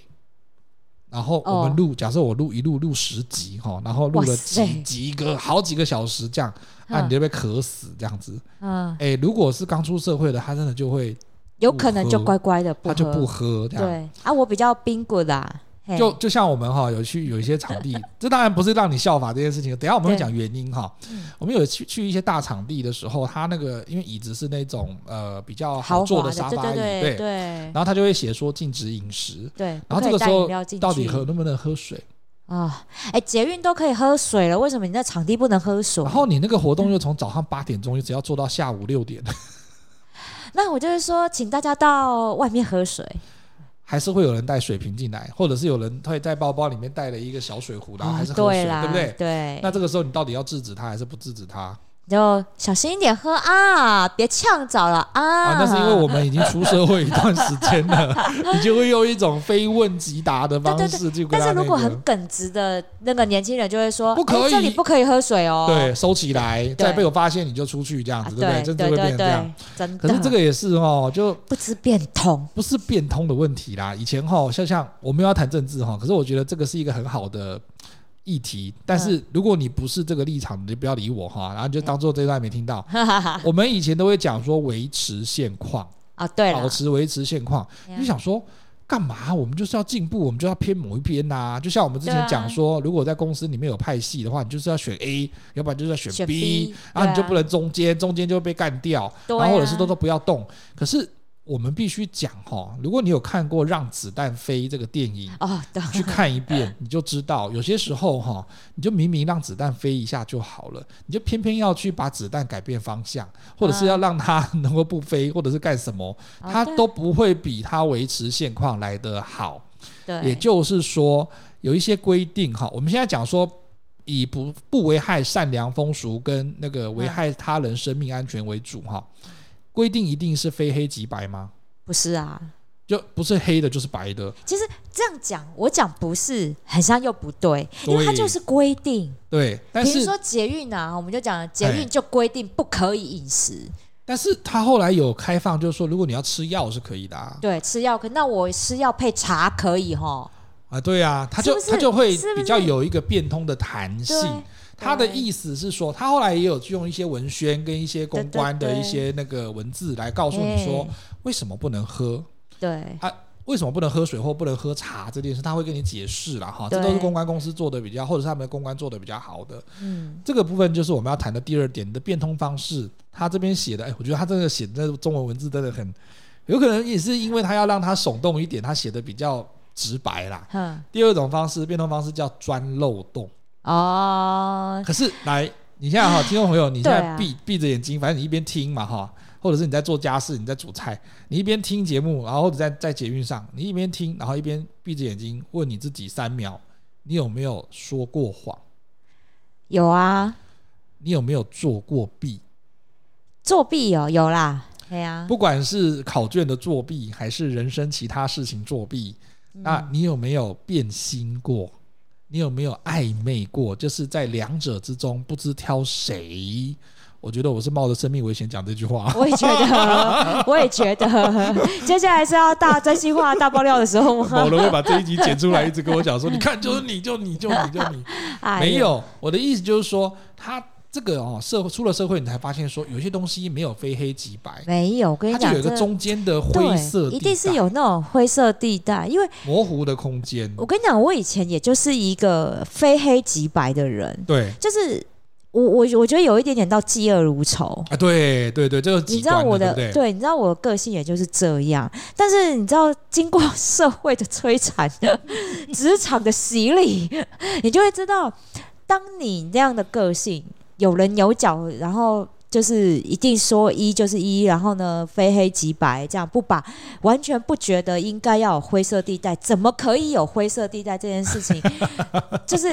S1: 然后我们
S2: 哦
S1: 录，假设我录一路录十集哈，然后录了
S2: 哇塞
S1: 几几个好几个小时这样，啊，你
S2: 嗯
S1: 就被渴死这样子。
S2: 嗯，
S1: 哎，如果是刚出社会的，他真的就会
S2: 有可能就
S1: 不喝
S2: 乖乖的不
S1: 他
S2: 喝，
S1: 就不喝这样。
S2: 对啊，我比较冰棍啦，嘿
S1: 就就像我们哈、有去有一些场 地，这当然不是让你效法这件事情。等一下我们会讲原因哈、
S2: 嗯
S1: 我们有去去一些大场地的时候，它那个因为椅子是那种呃比较
S2: 豪
S1: 好坐
S2: 华的，
S1: 沙
S2: 对
S1: 发椅，
S2: 对对对
S1: 然后它就会写说禁止饮食，
S2: 对。
S1: 然
S2: 不
S1: 后
S2: 可以
S1: 这个时
S2: 带饮
S1: 候
S2: 料进
S1: 到底
S2: 去
S1: 喝能不能喝水？
S2: 啊？哎，捷运都可以喝水了，为什么你在场地不能喝水
S1: 然？后你那个活动又从早上八点钟一直要做到下午六点，
S2: 那我就是说，请大家到外面喝水。
S1: 还是会有人带水瓶进来，或者是有人会在包包里面带了一个小水壶，然后
S2: 啊
S1: 还是喝水，
S2: 对啦，
S1: 不对？
S2: 对，
S1: 那这个时候你到底要制止他还是不制止他？
S2: 你就小心一点喝啊，别呛着了啊。
S1: 啊，那是因为我们已经出社会一段时间了， 你就会用一种非问即答的方式去跟
S2: 但
S1: 他
S2: 是
S1: 那
S2: 如果很
S1: 个。
S2: 耿直的那个年轻人就会说，
S1: 不可
S2: 哎这里
S1: 以
S2: 不可以喝水哦。
S1: 对，收起来，再
S2: 对
S1: 被我发现你就出去这样
S2: 啊
S1: 子，对不对？
S2: 对
S1: 这
S2: 对
S1: 就会
S2: 对
S1: 变成这样
S2: 对。，真的。
S1: 可是这个也是哦，就
S2: 不知变通，
S1: 不是变通的问题啦。以前哈，像像我们要谈政治哈，可是我觉得这个是一个很好的议题。但
S2: 嗯
S1: 是如果你不是这个立场，你就不要理我哈，然后你就当做这段没听到。
S2: 哈哈哈。
S1: 我们以前都会讲说维持现况，
S2: 啊，对
S1: 保
S2: 了，
S1: 持维持现况。
S2: 哎呀
S1: 你想说干嘛？我们就是要进步，我们就要偏某一边呐、就像我们之
S2: 对
S1: 前
S2: 啊
S1: 讲说，如果在公司里面有派系的话，你就是要选 A，要不然就是要选
S2: 选
S1: B，
S2: B，
S1: 然后你就
S2: 对啊
S1: 不能中间，中间就会被干掉，
S2: 对
S1: 然后或者是
S2: 啊
S1: 都都不要动。可是我们必须讲哈，如果你有看过《让子弹飞》这个电 影。
S2: 哦，对，
S1: 去看一 遍，你就知道，有些时候哈，你就明明让子弹飞一下就好了，你就偏偏要去把子弹改变方向，或者是要让它 能够不飞，或者是干什么，
S2: 哦
S1: 它
S2: 对
S1: 都不会比它维持现况来得好。
S2: 对，
S1: 也就是说，有一些规定哈，我们现在讲说。以不不危害善良风俗跟那个
S2: 嗯
S1: 危害他人生命安全为主哈，规定一定是非黑即白吗？
S2: 不是啊。
S1: 就不是黑的，就是白的。
S2: 其实这样讲，我讲不是，很像又不对，
S1: 对
S2: 因为它就是规定。
S1: 对，但
S2: 比如
S1: 是
S2: 说捷运啊，我们就讲了捷
S1: 哎
S2: 运就规定不可以饮食，
S1: 但是他后来有开放，就是说如果你要吃药是可以的啊。
S2: 对，吃药可那我吃药配茶可以哈，
S1: 啊，对啊，他就是
S2: 不是
S1: 他就会
S2: 是不是
S1: 比较有一个变通的弹性。
S2: 对
S1: 他的意思是说，他后来也有用一些文宣跟一些公关
S2: 对
S1: 的
S2: 对嗯对
S1: 一些那个文字来告诉你说，为什么不能喝，
S2: 对
S1: 为什么不能喝水或不能喝茶这件事，他会跟你解释了哈。
S2: 对
S1: 这都是公关公司做的比较，或者是他们的公关做的比较好的
S2: 嗯，
S1: 这个部分，就是我们要谈的第二点你的变通方式。他这边写的，哎，我觉得他这个写的中文文字真的很，有可能也是因为他要让他耸动一点，他写的比较直白啦。
S2: 哼，
S1: 第二种方式，变通方式叫钻漏洞。
S2: 哦，
S1: 可是来，你现在哈，听众朋友，你现
S2: 对
S1: 在
S2: 啊
S1: 闭闭着眼睛，反正你一边听嘛哈，或者是你在做家事，你在煮菜，你一边听节目，然后或者在在捷运上，你一边听，然后一边闭着眼睛问你自己三秒：你有没有说过谎？
S2: 有啊，
S1: 你有没有做过弊？
S2: 作弊有有啦，啊对呀、
S1: 不管是考卷的作弊，还是人生其他事情作弊，
S2: 嗯
S1: 那你有没有变心过？你有没有暧昧过？就是在两者之中不知挑谁。我觉得我是冒着生命危险讲这句话。
S2: 我也觉 得，我也觉得，接下来是要大真心话大爆料的时 候 吗？
S1: 某人会把这一集剪出来，一直跟我讲说：“你看，就是你，就你，就你，就你。
S2: 哎”呦
S1: 没，有，我的意思就是说，他这个哦，社会出了社会，你才发现说，有些东西没有非黑即白，
S2: 没有，我跟你
S1: 它就
S2: 讲，
S1: 有一个
S2: 这
S1: 中间的灰
S2: 对
S1: 色地
S2: 一定是
S1: 带
S2: 有那种灰色地带，因为
S1: 模糊的空间。
S2: 我跟你讲，我以前也就是一个非黑即白的人，
S1: 对
S2: 就是我我我觉得有一点点到嫉恶如仇。
S1: 啊，对对对，这个
S2: 你
S1: 极
S2: 知道
S1: 端
S2: 我
S1: 的，
S2: 的
S1: 对不对？
S2: 对，你知道我的个性也就是这样，但是你知道经过社会的摧残、职场的洗礼，你就会知道，当你那样的个性有棱有角，然后就是一定说一就是一，然后呢非黑即白，这样不把完全不觉得应该要有灰色地带，怎么可以有灰色地带这件事情？ 就是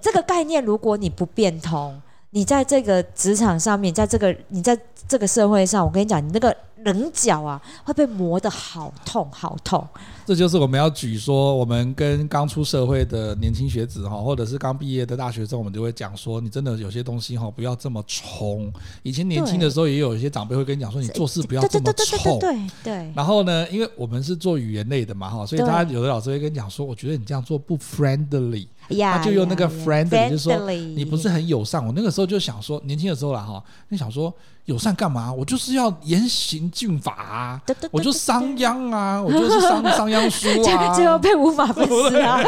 S2: 这个概念，如果你不变通，你在这个职场上面，在这个你在这个社会上，我跟你讲，你那个棱角啊会被磨得好痛好痛。
S1: 这就是我们要举说，我们跟刚出社会的年轻学子哈，或者是刚毕业的大学生，我们就会讲说，你真的有些东西哈，不要这么冲。以前年轻的时候，也有一些长辈会跟你讲说，你做事不要
S2: 对
S1: 这
S2: 对
S1: 么
S2: 对对对
S1: 冲。
S2: 对对
S1: 然后呢，因为我们是做语言类的嘛哈，所以
S2: 对
S1: 他有的老师会跟你讲说，我觉得你这样做不 friendly，
S2: 呀，
S1: 他就用那个 friendly，就是说
S2: 你
S1: 你不是很友善。我那个时候就想说，年轻的时候啦哈，那想说友善干嘛？我就是要严刑峻法 啊，我就商鞅啊，我就是商商鞅书 啊。
S2: 最后被无法分尸 啊！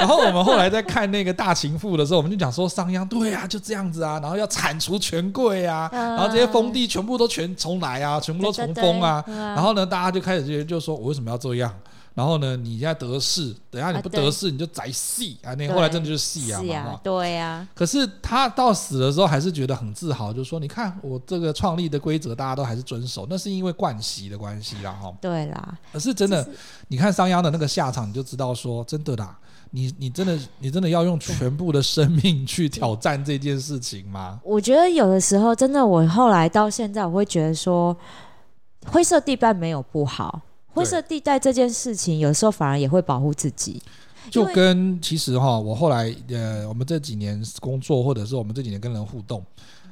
S1: 然后我们后来在看那个《大情妇》的时候，我们就讲说商鞅对啊，就这样子啊，然后要铲除权贵啊，然后这些封地全部都全重来啊，全部都重封啊。
S2: 嗯对，对对嗯
S1: 然后呢，大家就开始就就说我为什么要这样？然后呢，你现在得势，等一下你
S2: 啊
S1: 不
S2: 对
S1: 得势你就宅戏啊。那
S2: 对
S1: 后来真的就是戏啊
S2: 是
S1: 嘛。哈
S2: 啊，对呀，
S1: 可是他到死的时候还是觉得很自豪，就说你看我这个创立的规则大家都还是遵守，那是因为惯习的关系啦哈。
S2: 对啦，
S1: 可是真的
S2: 就，
S1: 你看商鞅的那个下场，你就知道说真的啦，你你真的你真的要用全部的生命去挑战这件事情吗？
S2: 我觉得有的时候真的，我后来到现在，我会觉得说，灰色地带没有不好，灰色地带这件事情，有时候反而也会保护自己。
S1: 就
S2: 因为
S1: 跟其实哈，我后来呃，我们这几年工作，或者是我们这几年跟人互动，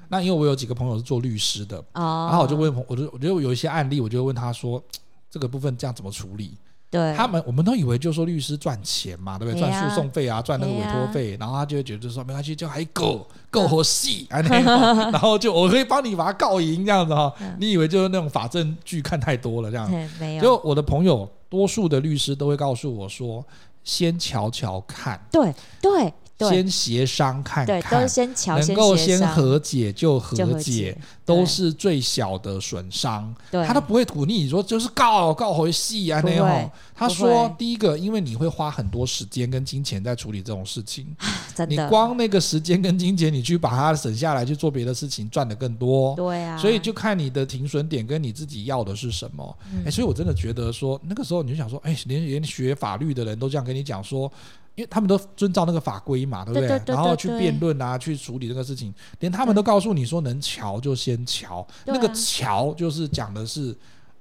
S1: 那因为我有几个朋友是做律师的，
S2: 哦，
S1: 然后我就问朋，我就我就有一些案例，我就问他说。这个部分这样怎么处理？
S2: 对
S1: 他们我们都以为就是说律师赚钱嘛，对不对？
S2: 对
S1: 赚
S2: 呀嗯
S1: 诉讼费啊，赚那个委
S2: 对呀
S1: 托费，然后他就会觉得说没关系，就还够够和戏啊那 种，然后就我可以帮你把它告赢这样子哈、
S2: 嗯
S1: 你以为就是那种法证剧看太多了这样，
S2: 嘿没有
S1: 就我的朋友多数的律师都会告诉我说，先瞧瞧看，
S2: 对对对
S1: 先协商看
S2: 对，都是
S1: 看。
S2: 先瞧，
S1: 能够
S2: 协
S1: 先
S2: 商
S1: 和解就和
S2: 就和
S1: 解，，啊
S2: 对
S1: 都是最小的损伤。
S2: 对，
S1: 他都不会鼓励你说就是告告回戏啊
S2: 不
S1: 那
S2: 会
S1: 样哦。他说
S2: 不会
S1: 第一个，因为你会花很多时间跟金钱在处理这种事情，
S2: 真
S1: 你
S2: 的
S1: 光那个时间跟金钱，你去把它省下来去做别的事情，赚的更多。
S2: 对啊，
S1: 所以就看你的停损点跟你自己要的是什么。哎、
S2: 嗯
S1: 所以我真的觉得说，那个时候你就想说，哎、连连学法律的人都这样跟你讲说，因为他们都遵照那个法规嘛，对不
S2: 对对对
S1: 然后
S2: 对
S1: 去
S2: 对
S1: 辩论啊，去处理这个事情，连他们都告诉你说，能瞧就先瞧。
S2: 对
S1: 那个
S2: 啊
S1: 瞧就是讲的是。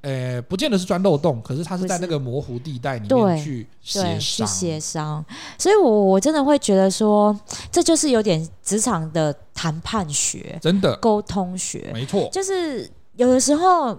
S1: 呃，不见得是钻漏洞，可是它是
S2: 不
S1: 在
S2: 是
S1: 那个模糊地带里面
S2: 对
S1: 去协
S2: 对，去
S1: 商。
S2: 协商。所以我，我真的会觉得说，这就是有点职场的谈判学、
S1: 真的，
S2: 沟通学，
S1: 没错，
S2: 就是有的时候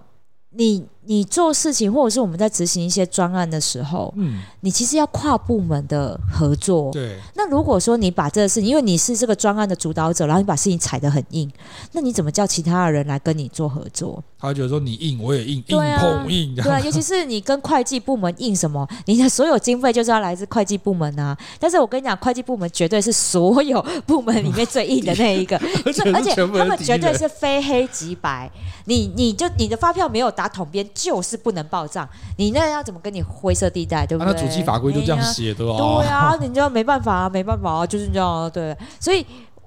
S2: 你你做事情，或者是我们在执行一些专案的时候，
S1: 嗯，
S2: 你其实要跨部门的合作。
S1: 对，
S2: 那如果说你把这个事情，因为你是这个专案的主导者，然后你把事情踩得很硬，那你怎么叫其他的人来跟你做合作？
S1: 他会觉得说你硬我也硬，硬
S2: 对啊
S1: 碰硬这
S2: 对
S1: 样。
S2: 啊，尤其是你跟会计部门印什么，你的所有经费就是要来自会计部门啊。但是我跟你讲，会计部门绝对是所有部门里面最硬的那一个，
S1: 而
S2: 这而
S1: 是
S2: 且
S1: 全部
S2: 他
S1: 的
S2: 们
S1: 敌
S2: 绝对
S1: 人
S2: 是非黑即白。你你就你的发票没有打统编，就是不能报账，你那要怎么跟你灰色地带，对不
S1: 啊，
S2: 对？
S1: 那主计法规就这样
S2: 哎呀
S1: 写的哦。
S2: 对啊，你就没办法啊，没办法啊，就是这样啊，对。所以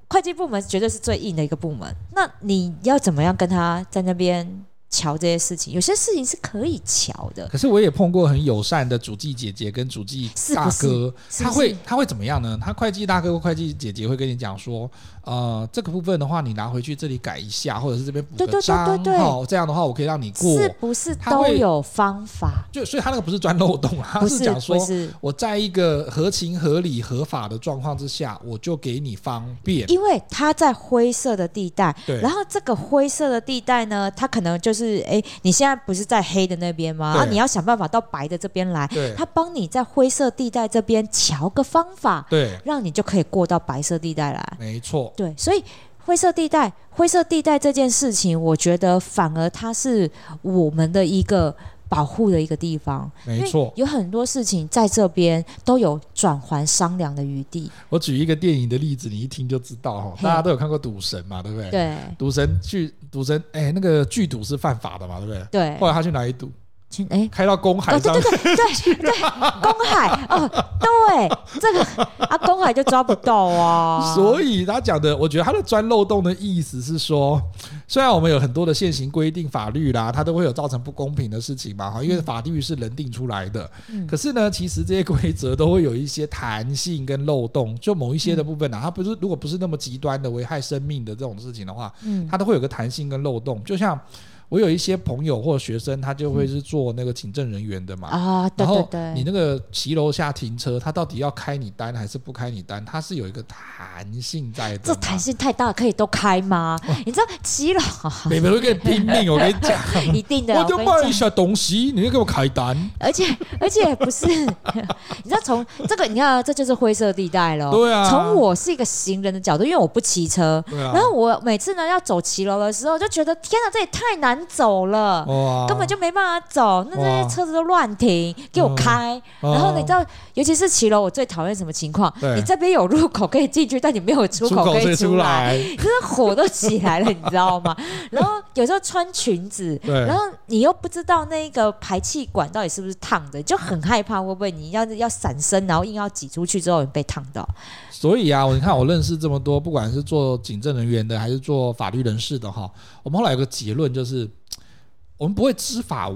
S2: 会计部门绝对是最硬的一个部门。那你要怎么样跟他在那边瞧这些事情？有些事情是可以瞧的，
S1: 可是我也碰过很友善的主计姐姐跟主计大哥，
S2: 是
S1: 他
S2: 不是
S1: 会他会怎么样呢？他会计大哥或会计姐姐会跟你讲说，呃，这个部分的话，你拿回去这里改一下，或者是这边补
S2: 对
S1: 个
S2: 对对
S1: 章，
S2: 对对
S1: 好这样的话我可以让你过。
S2: 是不是
S1: 他
S2: 都
S1: 会
S2: 有方法？
S1: 就所以他那个不是钻漏洞啊，他
S2: 不是
S1: 讲说
S2: 不是，
S1: 我在一个合情合理合法的状况之下，我就给你方便。
S2: 因为他在灰色的地带，
S1: 对
S2: 然后这个灰色的地带呢，它可能就是哎，你现在不是在黑的那边吗？
S1: 对
S2: 啊，你要想办法到白的这边来，
S1: 对
S2: 他帮你在灰色地带这边瞧个方法，
S1: 对，
S2: 让你就可以过到白色地带来。
S1: 没错，
S2: 对，所以灰色地带，灰色地带这件事情，我觉得反而它是我们的一个保护的一个地方。
S1: 没错。
S2: 有很多事情在这边都有转圜商量的余地。
S1: 我举一个电影的例子，你一听就知道哈，
S2: 嘿
S1: 大家都有看过《赌神》嘛，对不对？
S2: 对
S1: 赌神去赌神，哎、那个剧赌是犯法的嘛，对不对？
S2: 对
S1: 后，来他去哪里赌？
S2: 其哎。
S1: 开到公海
S2: 哦，对
S1: 上，
S2: 对对对对，公海哦，对，这个啊，公海就抓不到啊，
S1: 所以他讲的，我觉得他的钻漏洞的意思是说，虽然我们有很多的现行规定、法律啦，它都会有造成不公平的事情嘛，哈，因为法律是人定出来的。
S2: 嗯
S1: 可是呢，其实这些规则都会有一些弹性跟漏洞，就某一些的部
S2: 嗯
S1: 分呢、啊，它不是如果不是那么极端的危害生命的这种事情的话，
S2: 嗯
S1: 它都会有个弹性跟漏洞，就像。我有一些朋友或学生，他就会是做那个请证人员的嘛。
S2: 啊，
S1: 然
S2: 对对
S1: 后你
S2: 对，
S1: 那个骑楼下停车，他到底要开你单还是不开你单？它是有一个弹性在的。
S2: 这弹，性太大，可以都开吗？你知道骑楼
S1: 每个都跟你拼命，我跟 你讲。
S2: 一定的，
S1: 我
S2: 我
S1: 就
S2: 跟你
S1: 卖
S2: 讲
S1: 一。下东西，你就给我开单。
S2: 而且而且不是， 你知道从这个，你看啊这就是灰色地带喽。
S1: 对啊
S2: 从我是一个行人的角度，因为我不骑车，
S1: 对啊
S2: 然，后我每次呢要走骑楼的时候，就觉得天哪，这也太难走了。
S1: 哇，
S2: 根本就没办法走，那那
S1: 哇
S2: 些车子都乱停，给我开。
S1: 哦
S2: 然后你知道，尤其是骑楼，我最讨厌什么情况？
S1: 对
S2: 你这边有入口可以进去，但你没有出
S1: 出
S2: 口可
S1: 可
S2: 以
S1: 以
S2: 出来。
S1: 来，
S2: 真的火都起来了，你知道吗？然后有时候穿裙子，
S1: 对
S2: 然后你又不知道那个排气管到底是不是烫的，你就很害怕会不会你要要闪身，然后硬要挤出去之后你被烫到。
S1: 所以啊，我你看我认识这么多，不管是做警政人员的，还是做法律人士的哈，我们后来有个结论就是，我们不会知法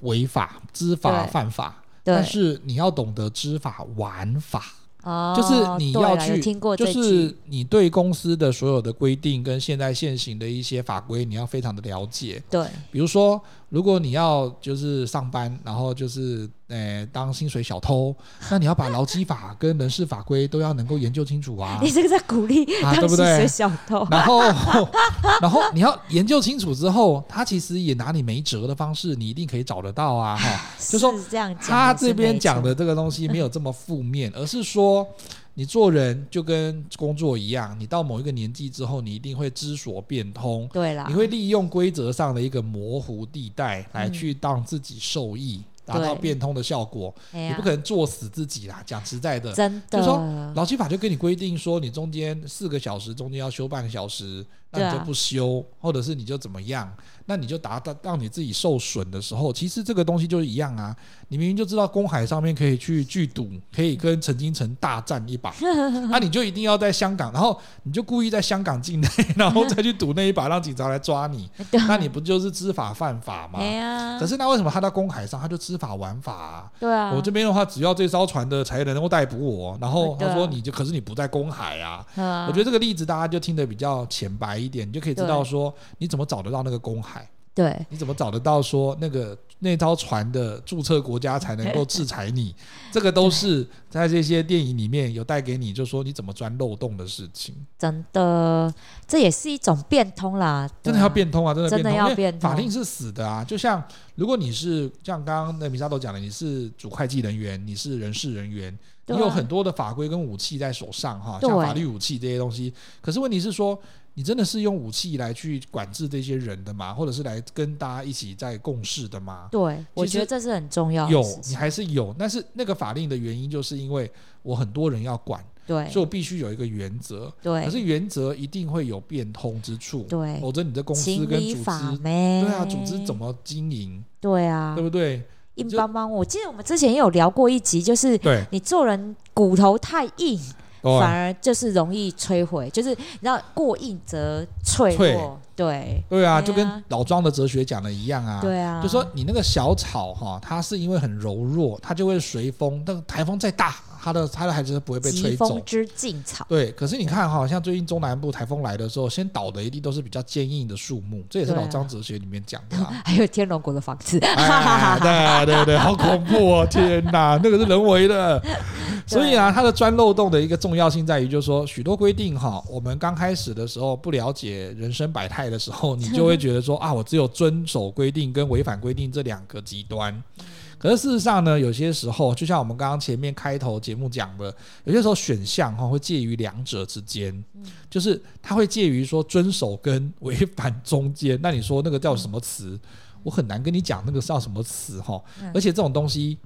S1: 违法、知法
S2: 对
S1: 犯法，
S2: 对
S1: 但，是你要懂得知法玩法，
S2: 哦，
S1: 就是你要
S2: 对啦
S1: 去
S2: 有听过
S1: 就
S2: 这
S1: 是
S2: 句，
S1: 你对公司的所有的规定跟现在现行的一些法规，你要非常的了解。
S2: 对
S1: 比如说，如果你要就是上班，然后就是呃当薪水小偷，那你要把劳基法跟人事法规都要能够研究清楚啊。
S2: 你这个在鼓励
S1: 啊对
S2: 当
S1: 不
S2: 薪
S1: 对
S2: 水小偷。
S1: 然后，然后你要研究清楚之后，他其实也拿你没辙的方式，你一定可以找得到 啊！哈， 就说
S2: 是这样讲，
S1: 他
S2: 也是
S1: 这边
S2: 没
S1: 讲
S2: 错
S1: 的这个东西没有这么负 面，而是说你做人就跟工作一样，你到某一个年纪之后，你一定会知所变通，
S2: 对啦
S1: 你，会利用规则上的一个模糊地带来去让自己受益，达到
S2: 嗯对
S1: 变通的效果。
S2: 哎
S1: 你
S2: 呀
S1: 不可能作死自己啦，讲实在的，
S2: 真
S1: 就
S2: 的
S1: 说劳基法就跟你规定说，你中间四个小时中间要休半个小时，那
S2: 对啊
S1: 你就不休，或者是你就怎么样，那你就达到让你自己受损的时候，其实这个东西就是一样啊。你明明就知道公海上面可以去聚赌，可以跟陈金城大战一 把，那、你就一定要在香港，然后你就故意在香港境内， 然后再去赌那一把，让警察来抓 你，那你不就是知法犯法吗
S2: 哎？呀
S1: 可，是那为什么他到公海上他就知法玩法啊？
S2: 对啊，
S1: 我这边的话，只要这艘船的才能够逮捕我。然后他
S2: 对啊
S1: 说，你就可是你不在公海啊。
S2: 我
S1: 我觉得这个例子大家就听得比较浅白一点，你就可以知道说你怎么找得到那个公海，
S2: 对
S1: 你怎么找得到说那个那艘船的注册国家才能够制裁你。这个都是在这些电影里面有带给你，就说你怎么钻漏洞的事情，
S2: 真的，这也是一种变通啦，
S1: 真的要
S2: 对啊
S1: 变通啊，真的变
S2: 真
S1: 通，
S2: 的要
S1: 因为
S2: 变通
S1: 法令是死的啊。就像如果你是像刚刚那米莎都讲的，你是主会计人员，你是人事人员。
S2: 对
S1: 你
S2: 啊
S1: 有很多的法规跟武器在手上哈，
S2: 对
S1: 像法律武器这些东西。可是问题是说，你真的是用武器来去管制这些人的吗？或者是来跟大家一起在共事的吗？
S2: 对，我
S1: 其
S2: 觉得
S1: 实
S2: 这是很重要的
S1: 有
S2: 事，
S1: 你
S2: 情
S1: 还是有。但是那个法令的原因，就是因为我很多人要管，
S2: 对
S1: 所以我必须有一个原则。可是
S2: 对
S1: 原则一定会有变通之处，
S2: 对，
S1: 否则你的公司
S2: 情
S1: 跟
S2: 理
S1: 组
S2: 法
S1: 织，
S2: 没
S1: 对啊，组织怎么经营，
S2: 对啊
S1: 对，不对？
S2: 硬
S1: 就
S2: 邦邦。我记得我们之前也有聊过一集，就是
S1: 对，
S2: 你做人骨头太硬，反
S1: 对，
S2: 而就是容易摧毁，就是你知道过硬则脆
S1: 脆
S2: 弱，对
S1: 对啊，
S2: 对啊
S1: 就跟老庄的哲学讲的一样啊。
S2: 对啊，
S1: 就说你那个小草哈，它是因为很柔弱，它就会随风。但台风再大，它的它的还是不会被
S2: 疾
S1: 吹走
S2: 风。知劲草，
S1: 对，可是你看哈，像最近中南部台风来的时候，先倒的一定都是比较坚硬的树木，这也是
S2: 对啊。
S1: 老张哲学里面讲的、啊
S2: 还有天龙国的房子，
S1: 哎， 对对对，好恐怖哦！天哪，那个是人为的。所以啊，它的钻漏洞的一个重要性在于，就是说许多规定哈，我们刚开始的时候不了解人生百态的时候，你就会觉得说啊，我只有遵守规定跟违反规定这两个极端。可是事实上呢，有些时候，就像我们刚刚前面开头节目讲的，有些时候选项哈会介于两者之间，就是它会介于说遵守跟违反中间。那你说那个叫什么词？我很难跟你讲那个叫什么词哈
S2: 嗯。
S1: 而且这种东西，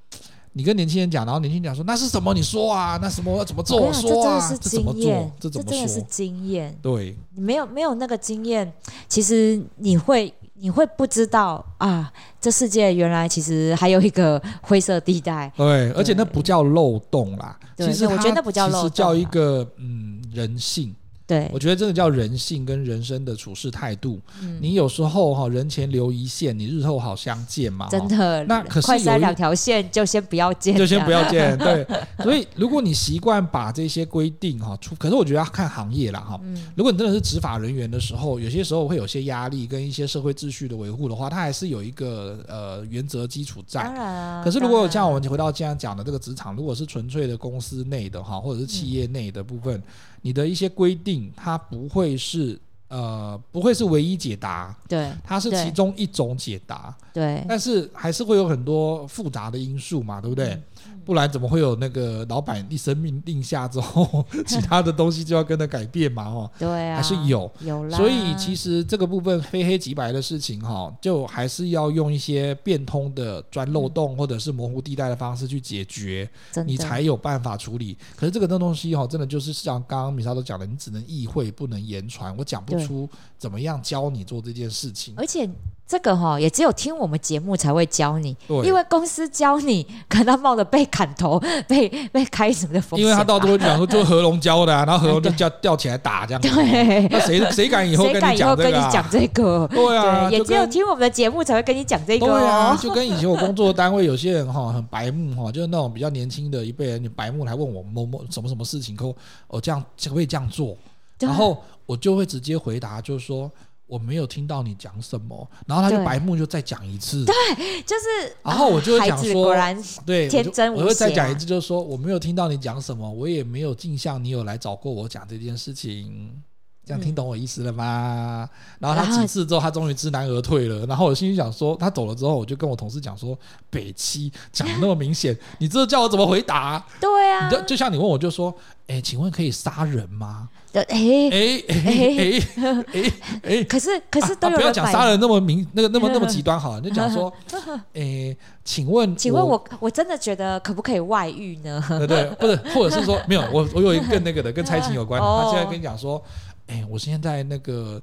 S1: 你跟年轻人讲，然后年轻人讲说那是什么？你说啊，那什么要怎么做？
S2: 我
S1: 我
S2: 跟你讲
S1: 说
S2: 这
S1: 啊，
S2: 真的是
S1: 这怎么
S2: 经
S1: 做
S2: 验？，
S1: 这怎么
S2: 真的是
S1: 说？
S2: 经验。
S1: 对，
S2: 你没有没有那个经验，其实你会你会不知道啊，这世界原来其实还有一个灰色地带。
S1: 对，而且那不叫漏洞啦，
S2: 对
S1: 其实
S2: 那我觉得
S1: 它
S2: 那不叫漏洞啊
S1: 其实叫一个嗯人性。
S2: 对
S1: 我，觉得真的叫人性跟人生的处事态度。
S2: 嗯
S1: 你有时候哈人前留一线，你日后好相见嘛。
S2: 真
S1: 哈。
S2: 的，
S1: 那可是
S2: 快
S1: 有
S2: 塞
S1: 一
S2: 两条线就先不要见，
S1: 就先不要见， 对。所以，如果你习惯把这些规定哈，出，可是我觉得要看行业啦哈。
S2: 嗯，
S1: 如果你真的是执法人员的时候，有些时候会有些压力跟一些社会秩序的维护的话，它还是有一个呃原则基础在
S2: 当。然啊。
S1: 可是如果
S2: 当然
S1: 像我们回到这样讲的这个职场，如果是纯粹的公司内的哈，或者是企业内的部分，你的一些规定，它不会是呃不会是唯一解答，
S2: 对
S1: 它是
S2: 对
S1: 其中一种解答，
S2: 对
S1: 但是还是会有很多复杂的因素嘛，对不
S2: 嗯
S1: 对？不然怎么会有那个老板一声命令下之后，其他的东西就要跟着改变嘛？哦，
S2: 对啊，
S1: 还是有。
S2: 有啦。
S1: 所以其实这个部分非黑即白的事情哈、就还是要用一些变通的钻漏洞或者是模糊地带的方式去解决，
S2: 真的
S1: 你才有办法处理。可是这个东西哈、真的就是像刚刚米莎都讲的，你只能意会，不能言传。我讲不
S2: 对哎
S1: 出怎么样教你做这件事情。
S2: 而且这个哈、也只有听我们节目才会教你，
S1: 对，
S2: 因为公司教你，可能冒着被砍头、被被开什么的风险吧。
S1: 因为他到 最后就讲说，就合龙教的、啊，然后合龙就叫吊起来打这样子。
S2: 对，
S1: 那谁谁敢以后跟
S2: 谁敢
S1: 你
S2: 以后
S1: 讲这
S2: 跟你
S1: 个、啊？
S2: 讲这 个？
S1: 对啊，
S2: 对，也
S1: 就
S2: 只有
S1: 跟
S2: 听我们的节目才会跟你讲这个
S1: 对啊，
S2: 哦。
S1: 就跟以前我工作的单位有些人哈很白目哈，就是那种比较年轻的一辈人，你白目来问我某某什么什么事情，可我哦这样可不可以这样做？
S2: 对
S1: 然后我就会直接回答，就是说我没有听到你讲什么，然后他就
S2: 对
S1: 白目就再讲一次，
S2: 就是，啊
S1: 然后我就会
S2: 孩
S1: 讲
S2: 子
S1: 说
S2: 果然
S1: 对，我
S2: 天
S1: 就
S2: 真无
S1: 我会再
S2: 邪
S1: 讲一
S2: 啊
S1: 次，就是说我没有听到你讲什么，我也没有印象你有来找过我讲这件事情。这样听懂我意思了吗？然后他
S2: 然后
S1: 几次之后，他终于知难而退了。然后我心里想说，他走了之后，我就跟我同事讲说：“北七讲的那么明显，你这叫我怎么回答？
S2: 对啊
S1: 你，就就像你问我就说，哎、请问可以杀人吗？
S2: 对哎，
S1: 哎哎哎哎哎，
S2: 可是可是
S1: 啊
S2: 都
S1: 啊
S2: 有
S1: 不要
S2: 人
S1: 讲
S2: 买。
S1: 杀人那么明，那个那么那么极端好了，就讲说，哎、请问
S2: 请问我我真的觉得可不可以外遇 呢？
S1: 对对，不是，或者是 说没有，我我有一个更那个的，跟猜情有关的。
S2: 哦
S1: 他现在跟你讲说，哎、我现在那个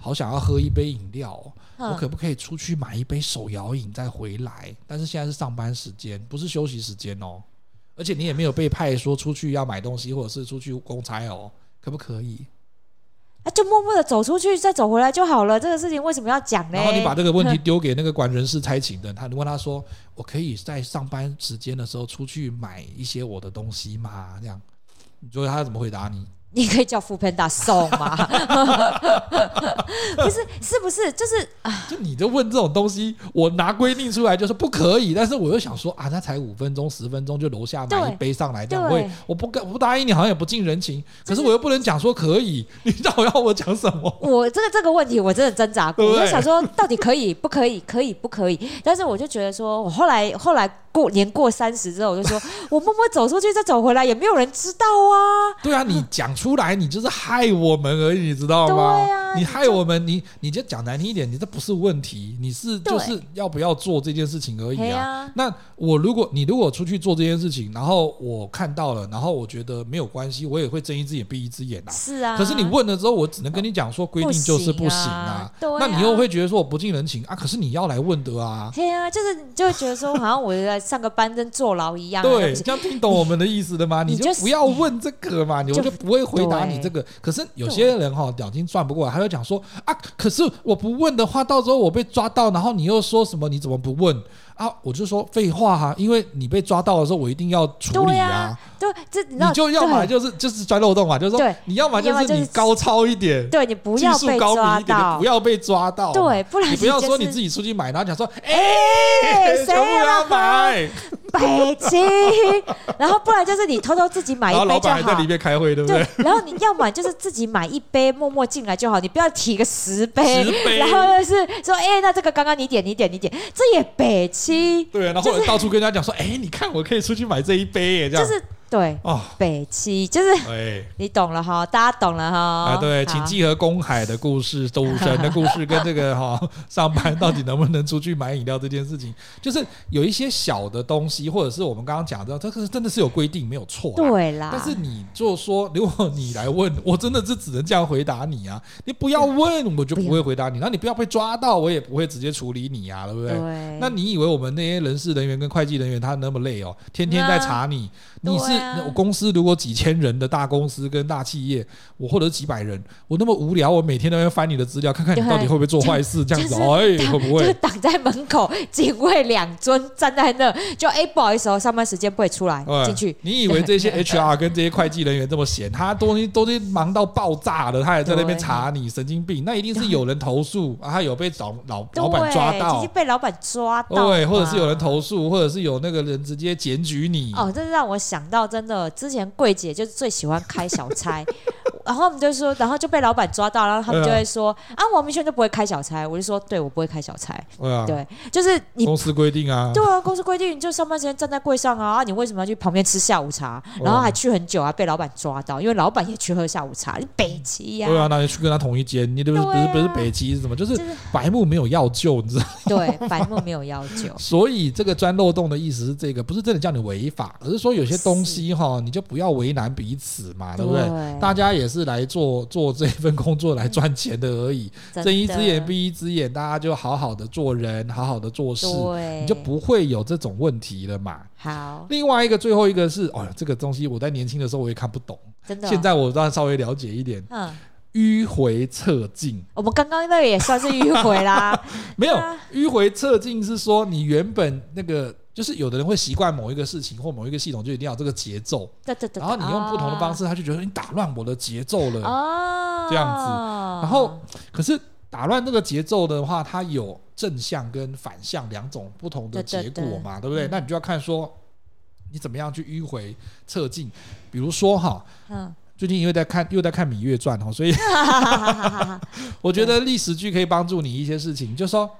S1: 好想要喝一杯饮料哦、我
S2: 嗯
S1: 可不可以出去买一杯手摇饮再回来？但是现在是上班时间，不是休息时间哦。而且你也没有被派说出去要买东西，或者是出去公差哦，可不可以？
S2: 啊，就默默的走出去，再走回来就好了。这个事情为什么要讲呢？
S1: 然后你把这个问题丢给那个管人事差勤的，他你问他说：“我可以在上班时间的时候出去买一些我的东西吗？”这样，你觉得他怎么回答你？
S2: 你可以叫副 panda 送 吗？ 不是，是不是？就是
S1: 就你就问这种东西，我拿规定出来就是不可以，但是我又想说啊，那才五分钟、十分钟就楼下买
S2: 对
S1: 一杯上来，这样我
S2: 对
S1: 也我不敢，我不答应你，好像也不近人情，可是我又不能讲说可以，你知道我要我讲什 么？
S2: 我这个这个问题，我真的挣扎过，
S1: 对不
S2: 我
S1: 对
S2: 就想说到底可以不可以，可以不可以？但是我就觉得说，我后来后来过年过三十之后，我 就说我默默走出去再走回来，也没有人知道啊。
S1: 对啊，你讲出来，你就是害我们而已，你知道吗？
S2: 对啊
S1: 你
S2: 你
S1: 害我们，你你就讲难听一点，你这不是问题，你是
S2: 对
S1: 就是要不要做这件事情而已
S2: 嘿
S1: 啊。
S2: 啊，
S1: 那我如果你如果出去做这件事情，然后我看到了，然后我觉得没有关系，我也会睁一只眼闭一只眼啊。
S2: 是啊。
S1: 可是你问了之后，我只能跟你讲说规定就是不行啊。
S2: 不行啊对啊
S1: 那你又会觉得说我不近人情啊？可是你要来问的啊。
S2: 对啊，就是你就会觉得说，好像我在上个班跟坐牢一样啊。
S1: 对，
S2: 不是
S1: 这样听懂我们的意思了吗？
S2: 你
S1: 你就
S2: 就是
S1: 不要问这个嘛，你我
S2: 就
S1: 就不会回答你这个。可是有些人哈、两斤转不过来，他会讲说啊，可是我不问的话，到时候我被抓到，然后你又说什么你怎么不问啊？我就说废话哈、因为你被抓到的时候，我一定要处理
S2: 对
S1: 啊
S2: 啊。，对，这你知道，
S1: 你就要么
S2: 对
S1: 就是就是钻漏洞嘛，就是说
S2: 对
S1: 你要么就
S2: 要么就是是
S1: 你高超一点，
S2: 对你不
S1: 技
S2: 要
S1: 术
S2: 被
S1: 高
S2: 抓
S1: 明一点的，
S2: 到
S1: 不，要被抓到。
S2: 对，，不然
S1: 你不要说你
S2: 就是
S1: 自己出去买，然后讲说，哎，
S2: 谁
S1: 全部要
S2: 要
S1: 买，
S2: 北京，然后不然就是你偷偷自己买
S1: 然后
S2: 一
S1: 老
S2: 杯就
S1: 板还在
S2: 好
S1: 里。面开会，对不
S2: 对
S1: 对？，
S2: 然后你要么就是自己买一杯，默默进来就好，你不要提个十杯，
S1: 十杯
S2: 然后就是说，哎、那这个刚刚你点，你点，你点，这也北七，
S1: 对，啊然后或者到处跟人家讲说，哎，你看我可以出去买这一杯耶，这
S2: 就
S1: 样
S2: 是对
S1: 哦，
S2: 北七，就是
S1: 哎。
S2: 你懂了哈，大家懂了哈。
S1: 啊，对，
S2: 好
S1: 请记和公海的故事、赌神的故事，跟这个哈、上班到底能不能出去买饮料这件事情，就是有一些小的东西，或者是我们刚刚讲的，这个是真的是有规定，没有错啦。
S2: 对啦，
S1: 但是你就说，如果你来问我，真的是只能这样回答你啊！你不要问，我就不会回答你。那你不要被抓到，我也不会直接处理你啊，对不
S2: 对
S1: 对？，那你以为我们那些人事人员跟会计人员他那么累哦，天天在查你，
S2: 对啊
S1: 你是
S2: 啊
S1: 那我公司如果几千人的大公司跟大企业，我或者几百人，我那么无聊，我每天都要翻你的资料，看看你
S2: 对
S1: 到底会不会做坏事，这样子，
S2: 就是
S1: 哎，会不
S2: 就
S1: 会？
S2: 挡在门口，警卫两尊站在那，就哎、不好意思哦，上班时间不会出来
S1: 哎
S2: 进去。
S1: 你以为 这些 HR 跟这些会计人员这么闲？他东西都是忙到爆炸了，他还在那边查你，神经病！那一定是有人投诉啊，他有被老老
S2: 对，
S1: 老板抓
S2: 已
S1: 到
S2: 经，被老板抓到，
S1: 对，或者是有人。投诉，或者是有那个人直接检举你。
S2: 哦，这让我想到，真的，之前柜姐就是最喜欢开小差， 然后我们就说，然后就被老板抓到，然后他们就
S1: 嗯
S2: 会说，啊，王明轩就不会开小差，我就说，对我不会开小差，
S1: 对啊，
S2: 对，就是你
S1: 公司规定啊，
S2: 对啊，公司规定就上班时间站在柜上啊，啊你为什么要去旁边吃下午茶？然后
S1: 哦
S2: 还去很久啊，被老板抓到，因为老板也去喝下午茶，你北齐呀、
S1: 对啊，那你去跟他同一间，你对不是不
S2: 对
S1: 是
S2: 啊
S1: 不是北极是什么？就是
S2: 就是
S1: 白目没有药救，你知道吗？，
S2: 对，白目没有要求
S1: 所以这个钻漏洞的意思是这个，不是真的叫你违法，而是说有些东西哈，你就不要为难彼此嘛，对不对？
S2: 嗯
S1: 大家也是来做 做这份工作来赚钱的而已，
S2: 嗯真
S1: 睁一只眼
S2: 的
S1: 闭一只眼，大家就好好的做人，好好的做事，
S2: 对，
S1: 你就不会有这种问题了嘛。
S2: 好，
S1: 另外一个，最后一个是，哦，这个东西我在年轻的时候我也看不懂，
S2: 真的。哦
S1: 现，在我当然稍微了解一点，
S2: 嗯，
S1: 迂回侧进。
S2: 我们刚刚那个也算是迂回啦，
S1: 没有
S2: 对啊
S1: 迂回侧进是说你原本那个，就是有的人会习惯某一个事情或某一个系统，就一定要有这个节奏，
S2: 对对对。
S1: 然后你用不
S2: 啊
S1: 同的方式，他就觉得你打乱我的节奏了。
S2: 哦，
S1: 这样子然后可是打乱这个节奏的话，它有正向跟反向两种不同的
S2: 对
S1: 结
S2: 对
S1: 果嘛，对不
S2: 嗯
S1: 对？那你就要看说你怎么样去迂回侧进，比如说哈。
S2: 嗯，
S1: 最近因为在看又在看《芈月传》哦，所以我觉得历史剧可以帮助你一些事情，就说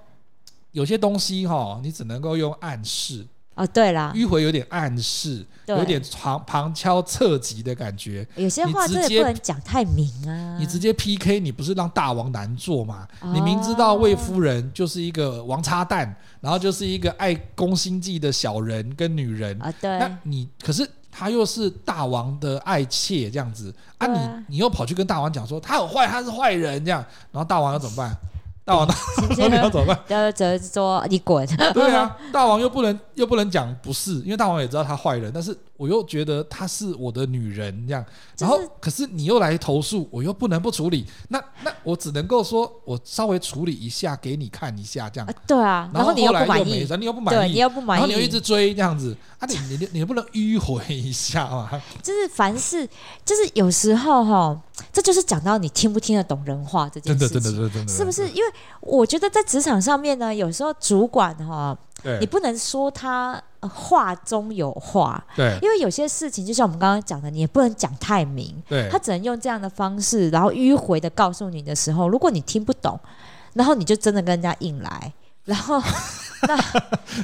S1: 有些东西哈、你只能够用暗示，
S2: 哦，对啦，
S1: 迂回有点暗示，
S2: 对
S1: 有点旁旁敲侧击的感觉。
S2: 有些
S1: 你
S2: 话
S1: 直
S2: 真的
S1: 接
S2: 不能讲太明啊。
S1: 你直接 PK，你不是让大王难做嘛？
S2: 哦
S1: 你明知道魏夫人就是一个王八蛋，然后就是一个爱攻心计的小人跟女人，
S2: 啊，对，
S1: 那你可是他又是大王的爱妾这样子啊
S2: 对
S1: 你，
S2: 啊
S1: 你又跑去跟大王讲说他很坏，他是坏人这样，然后大王要怎么办？大王到 底要怎么办？
S2: 然后只是说你滚，
S1: 对啊，大王又不能又不能讲不是，因为大王也知道他坏人，但是我又觉得她是我的女人这样，然后
S2: 就是
S1: 可是你又来投诉，我又不能不处理，那那我只能够说我稍微处理一下给你看一下这样
S2: 啊，，对啊，然
S1: 后
S2: 你又
S1: 后来
S2: 不满
S1: 又没
S2: 意，
S1: 事，你又不满
S2: 对
S1: 意，
S2: 你又不满
S1: 然
S2: 意，
S1: 后你又一直追这样子啊你，你你你不能迂回一下 嘛？
S2: 就是凡事，就是有时候哈，这就是讲到你听不听得懂人话这件
S1: 真
S2: 事
S1: 的
S2: 情，
S1: 真的真的真的，
S2: 是不是？因为我觉得在职场上面呢，有时候主管哈，
S1: 对？对
S2: 你不能说他呃话中有话，
S1: 对
S2: 因为有些事情就像我们刚刚讲的，你也不能讲太明，
S1: 对
S2: 他只能用这样的方式，然后迂回的告诉你的时候，如果你听不懂，然后你就真的跟人家硬 来，然后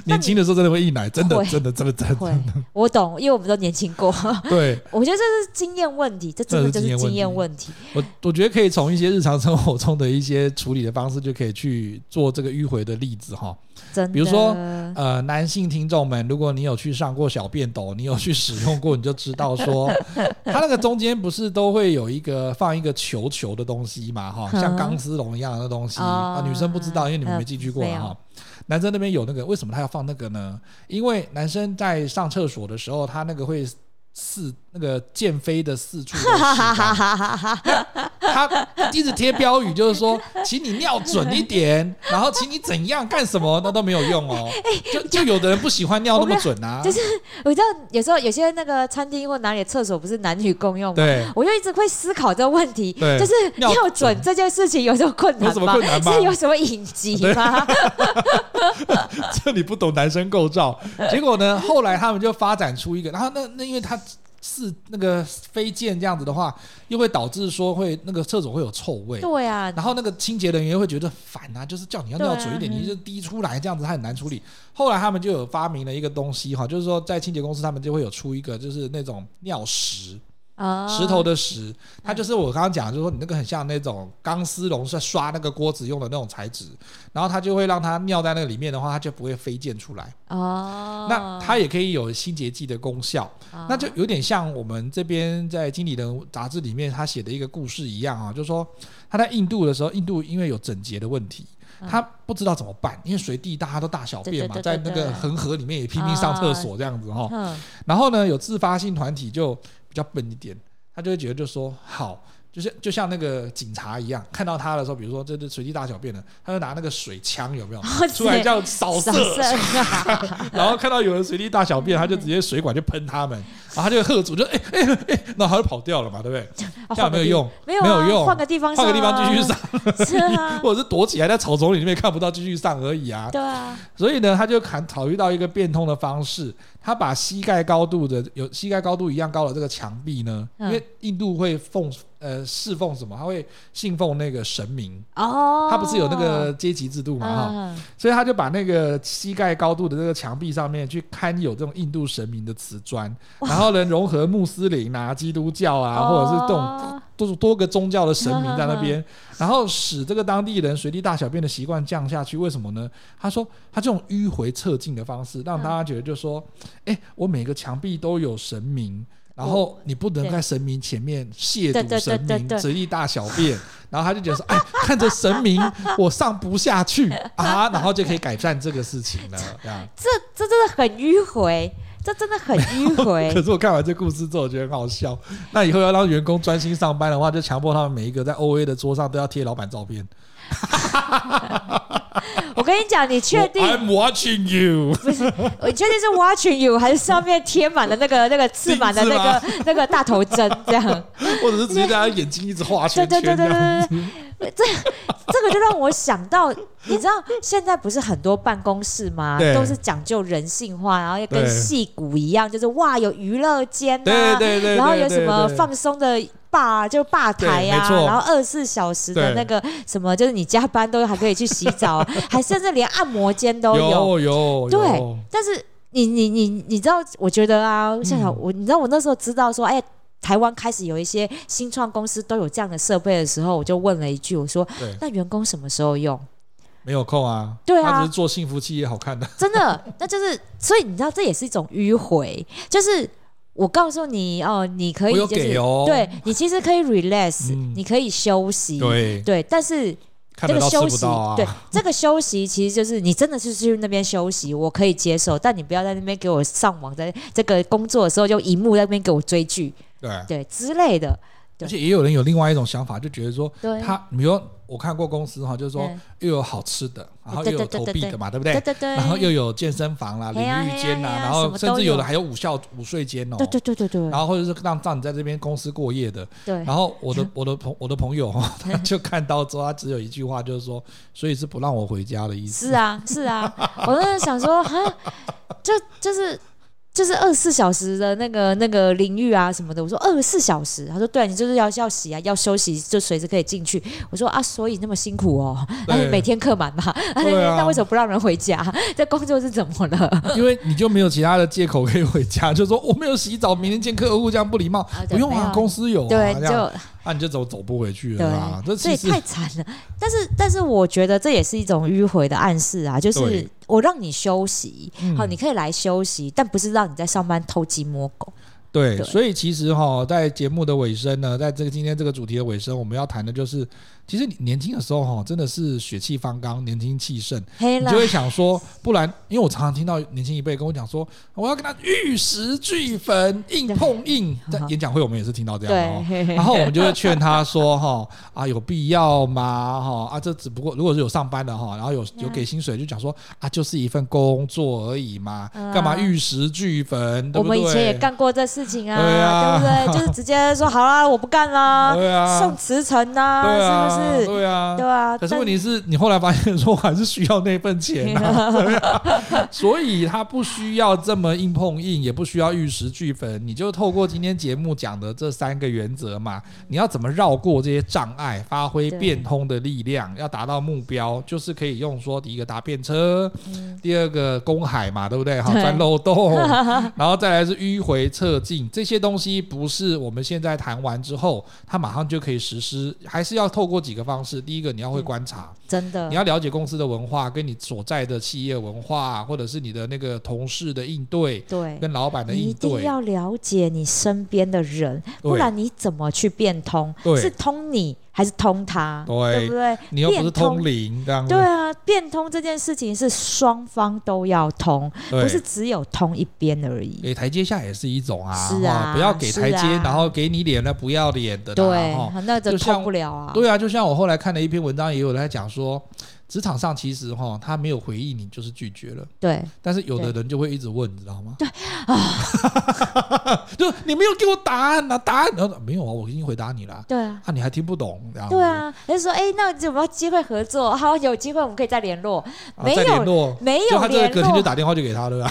S1: 年轻的时候真的会硬来，真的
S2: 会
S1: 真的真的真
S2: 会
S1: 的，
S2: 我懂，因为我们都年轻过，
S1: 对
S2: 我觉得这是经验问题，这真的就是经验问题。
S1: 我我觉得可以从一些日常生活中的一些处理的方式，就可以去做这个迂回的例子哈。
S2: 真的，
S1: 比如说呃，男性听众们，如果你有去上过小便斗，你有去使用过，你就知道 说，它那个中间不是都会有一个放一个球球的东西嘛，哈，
S2: 嗯
S1: 像钢丝绒一样的那东西、
S2: 哦
S1: 啊，女生不知道，因为你们没进去过
S2: 呃
S1: 嘛，哈。男生那边有那个，为什么他要放那个呢？因为男生在上厕所的时候，他那个会四那个溅飞的四处 都是啊。他一直贴标语，就是说，请你尿准一点，然后请你怎样干什么，那都没有用 哦。就就有的人不喜欢尿那么准啊，
S2: 就是哎我知道有时候有些那个餐厅或哪里的厕所不是男女共用吗？
S1: 对，
S2: 我就一直会思考这个问题，
S1: 对
S2: 就是
S1: 尿
S2: 尿准
S1: 准
S2: 这件事情有什么困
S1: 有
S2: 难
S1: 什么
S2: 吗？
S1: 困难吗
S2: 是有什么隐疾吗？
S1: 这里不懂男生构造。结果呢，后来他们就发展出一个，然后那那因为他是那个飞溅这样子的话，又会导致说会那个厕所会有臭味。
S2: 对啊，
S1: 然后那个清洁人员会觉得烦啊，就是叫你要
S2: 对啊
S1: 尿准一点，
S2: 嗯
S1: 你就滴出来这样子，它很难处理。后来他们就有发明了一个东西哈，就是说在清洁公司他们就会有出一个就是那种尿石，
S2: 啊
S1: 石头的石，它就是我刚刚讲的，就是说你那个很像那种钢丝绒是刷那个锅子用的那种材质，然后它就会让它尿在那个里面的话，它就不会飞溅出来。
S2: 哦，
S1: 那它也可以有清洁剂的功效。
S2: 哦
S1: 那就有点像我们这边在《经理人》杂志里面他写的一个故事一样啊，就是说他在印度的时候，印度因为有整洁的问题，
S2: 嗯
S1: 他不知道怎么办，因为随地大家都大小便嘛，
S2: 对对对
S1: 在
S2: 对
S1: 那
S2: 对
S1: 个恒河里面也拼命上厕所这样子哈。
S2: 嗯
S1: 然后呢，有自发性团体就比较笨一点，他就会觉得就说好，就是就像那个警察一样，看到他的时候，比如说这这随地大小便的，他就拿那个水枪有没有
S2: 哦
S1: 出来
S2: 对
S1: 这样 扫
S2: 扫
S1: 射，
S2: 射
S1: 然后看到有人随地大小便，他就直接水管就喷他 们，然后他就喝阻，就哎哎哎，然后他就跑掉了嘛，对不对？
S2: 啊
S1: 这样没有用，
S2: 没有
S1: 没
S2: 啊
S1: 有用
S2: 换个地方上
S1: 换
S2: 啊，
S1: 个地方继续上，
S2: 是 啊，
S1: 或者是躲起来在草丛里面看不到，继续上而已啊。
S2: 对啊，
S1: 所以呢，他就考考虑到一个变通的方式，他把膝盖高度的有膝盖高度一样高的这个墙壁呢，
S2: 嗯
S1: 因为印度会奉呃侍奉什么，他会信奉那个神明，
S2: 哦，
S1: 他不是有那个阶级制度嘛哈、
S2: 嗯
S1: 所以他就把那个膝盖高度的这个墙壁上面去刊有这种印度神明的瓷砖，然后呢融合穆斯林啊、基督教啊，或者是这种
S2: 哦
S1: 多多个宗教的神明在那
S2: 嗯
S1: 边，然后使这个当地人随地大小便的习惯降下去。为什么呢？他说他这种迂回侧进的方式，
S2: 嗯
S1: 让大家觉得就说，哎、我每个墙壁都有神明。然后你不能
S2: 对
S1: 在神明前面亵
S2: 对
S1: 渎
S2: 对对
S1: 神
S2: 对
S1: 明，
S2: 对
S1: 随地大小便，然后他就觉得说，哎，看着神明，我上不下去啊，然后就可以改善这个事情了。这样，
S2: 这这真的很迂回，这真的很迂回
S1: 可。是我看完这故事之后，我觉得很好笑。那以后要让员工专心上班的话，就强迫他们每一个在 O A 的桌上都要贴老板照片。
S2: 我跟你讲，你确定
S1: I'm watching you，
S2: 我确定是 watching you 还是上面贴满了那个那个刺满的那个 那个大头针这样？
S1: 或者是直接在他眼睛一直画
S2: 对
S1: 圈
S2: 对
S1: 圈
S2: 对
S1: 这
S2: 对
S1: 样。
S2: 对对对，这 这个就让我想到，你知道现在不是很多办公室吗
S1: 对？
S2: 都是讲究人性化，然后要跟
S1: 对
S2: 戏骨一样，就是哇有娱乐间
S1: 对
S2: 啊，
S1: 对对，
S2: 然后
S1: 对
S2: 有什么？
S1: 对对
S2: 放松的吧，就吧台呀、
S1: 对没错
S2: 然后二十四小时
S1: 对
S2: 的那个什么，就是你加班都还可以去洗 澡，还甚至连按摩间都
S1: 有有
S2: 对
S1: 有，
S2: 但是你你你你知道，我觉得啊，
S1: 嗯
S2: 像小我，你知道我那时候知道说，哎、台湾开始有一些新创公司都有这样的设备的时候，我就问了一句，我说
S1: 对：“
S2: 那员工什么时候用
S1: 没有空啊。
S2: 对啊
S1: 他只是做幸福企业好看的。？”
S2: 真的， 那就是，所以你知道，这也是一种迂回，就是。我告诉你哦，你可以
S1: 我有
S2: 就是、
S1: 给哦
S2: 对你其实可以 relax，、
S1: 嗯
S2: 你可以休息，
S1: 对，
S2: 但是
S1: 看得
S2: 这个
S1: 到吃
S2: 休
S1: 不
S2: 息，
S1: 到啊。
S2: 对这个休息，其实就是你真的是去那边休息，我可以接受，但你不要在那边给我上网，在这个工作的时候用荧幕在那边给我追剧，
S1: 对，
S2: 对之类的，对
S1: 而且也有人有另外一种想法，就觉得说
S2: 对，
S1: 他，比如说我看过公司哈，就是说
S2: 嗯
S1: 又有好吃的，然后
S2: 对
S1: 又有
S2: 对对
S1: 投
S2: 对
S1: 币
S2: 对
S1: 的嘛，对不
S2: 对
S1: 对？
S2: 对对，
S1: 然后又有健身房啦、淋
S2: 嘿呀
S1: 浴间啦，
S2: 嘿呀嘿呀
S1: 然
S2: 什
S1: 后
S2: 么
S1: 甚
S2: 都
S1: 至有
S2: 有
S1: 的还有午校午睡间哦。
S2: 对对对对对
S1: 然后或者是让让你在这边公司过夜的，
S2: 对
S1: 然后我 的我的朋我的朋友哈，他就看到之后，他只有一句话，就是说，所以是不让我回家的意思。
S2: 是啊是啊，我真的想说，哈，就就是。就是二十四小时的那个那个淋浴啊什么的，我说二十四小时，他说对啊、你就是要要洗啊，要休息就随时可以进去。我说啊，所以那么辛苦哦，那你
S1: 对
S2: 每天客满嘛，那
S1: 对啊
S2: 那为什么不让人回家？这工作是怎么了？
S1: 因为你就没有其他的借口可以回家， 就说我没有洗澡，明天见客户这样不礼貌。
S2: 啊对
S1: 不用
S2: 没
S1: 啊，
S2: 有
S1: 公司有啊，
S2: 对，
S1: 这样
S2: 就
S1: 啊你就走走不回去了啊。这
S2: 对，所
S1: 其
S2: 以
S1: 实
S2: 太惨了。但是，但是我觉得这也是一种迂回的暗示啊，就是
S1: 对
S2: 我让你休息，
S1: 嗯
S2: 好，你可以来休息，但不是让你在上班偷鸡摸狗。
S1: 对，
S2: 对
S1: 所以其实哈、在节目的尾声呢，在这个今天这个主题的尾声，我们要谈的就是，其实你年轻的时候哈、真的是血气方刚，年轻气盛，
S2: 黑
S1: 你
S2: 了
S1: 就，会想说，不然，因为我常常听到年轻一辈跟我讲说，我要跟他玉石俱焚，硬碰 硬。在演讲会我们也是听到这样的哦。
S2: 嗯 对，
S1: 然后我们就会劝他说：“哈啊，有必要吗？哈啊，这只不过如果是有上班的哈，然后有
S2: 嗯
S1: 有给薪水，就讲说啊，就是一份工作而已嘛，
S2: 嗯啊
S1: 干嘛玉石俱焚？对
S2: 我
S1: 不对？
S2: 们以前也干过这事情啊，
S1: 对啊
S2: 对不对？ 就是直接说好啦，我不干啦，
S1: 对啊，
S2: 送辞呈呐、
S1: 对啊，
S2: 是不是？
S1: 对啊，
S2: 对啊。
S1: 可是
S2: 但
S1: 问题是你后来发现说，我还是需要那份钱 啊，对啊所以他不需要这么硬碰硬，也不需要玉石俱焚。你就透过今天节目讲的这三个原则嘛，你要怎么绕过这些障碍，发挥
S2: 对
S1: 变通的力量，要达到目标，就是可以用说第一个搭便车，
S2: 嗯
S1: 第二个公海嘛，对不对？好，
S2: 对
S1: 钻漏 洞，然后再来是迂回侧进，这些东西不是我们现在谈完之后，它马上就可以实施，还是要透过几个方式。第一个，你要会观察，
S2: 真的
S1: 你，要了解公司的文化，跟你所在的企业文化，或者是你的那个同事的应对，
S2: 对，
S1: 跟老板的
S2: 你一
S1: 应
S2: 定
S1: 对。
S2: 要了解你身边的人，不然你怎么去变通？
S1: 对
S2: 是通你，还是通它，
S1: 对嗯
S2: 不对？
S1: 你又不是
S2: 变通
S1: 通灵这样子
S2: 对，啊，变通这件事情是双方都要通，
S1: 对
S2: 不是只有通一边而已。
S1: 给台阶下也是一种啊，
S2: 是啊
S1: 哦不要给台阶，
S2: 是啊
S1: 然后给你脸了不要脸的啦，
S2: 对
S1: 哦，
S2: 那就
S1: 就像
S2: 通不了啊。
S1: 对啊，就像我后来看了一篇文章，也有人在讲说，职场上其实哈、他没有回应你就是拒绝了，
S2: 对，
S1: 但是有的人就会一直问，你知道吗？对啊， 就你没有给我答案呐、啊，答案、然后没有啊，我已经回答你了啊，
S2: 对啊。
S1: 啊你还听不懂，然后
S2: 对，啊，他就说，哎、那有没有机会合作？好，有机会我们可以再联络。
S1: 啊
S2: 没
S1: 再
S2: 有
S1: 联络，
S2: 没
S1: 就
S2: 有
S1: 他这个
S2: 联
S1: 隔天就
S2: 络，
S1: 打电话就给他了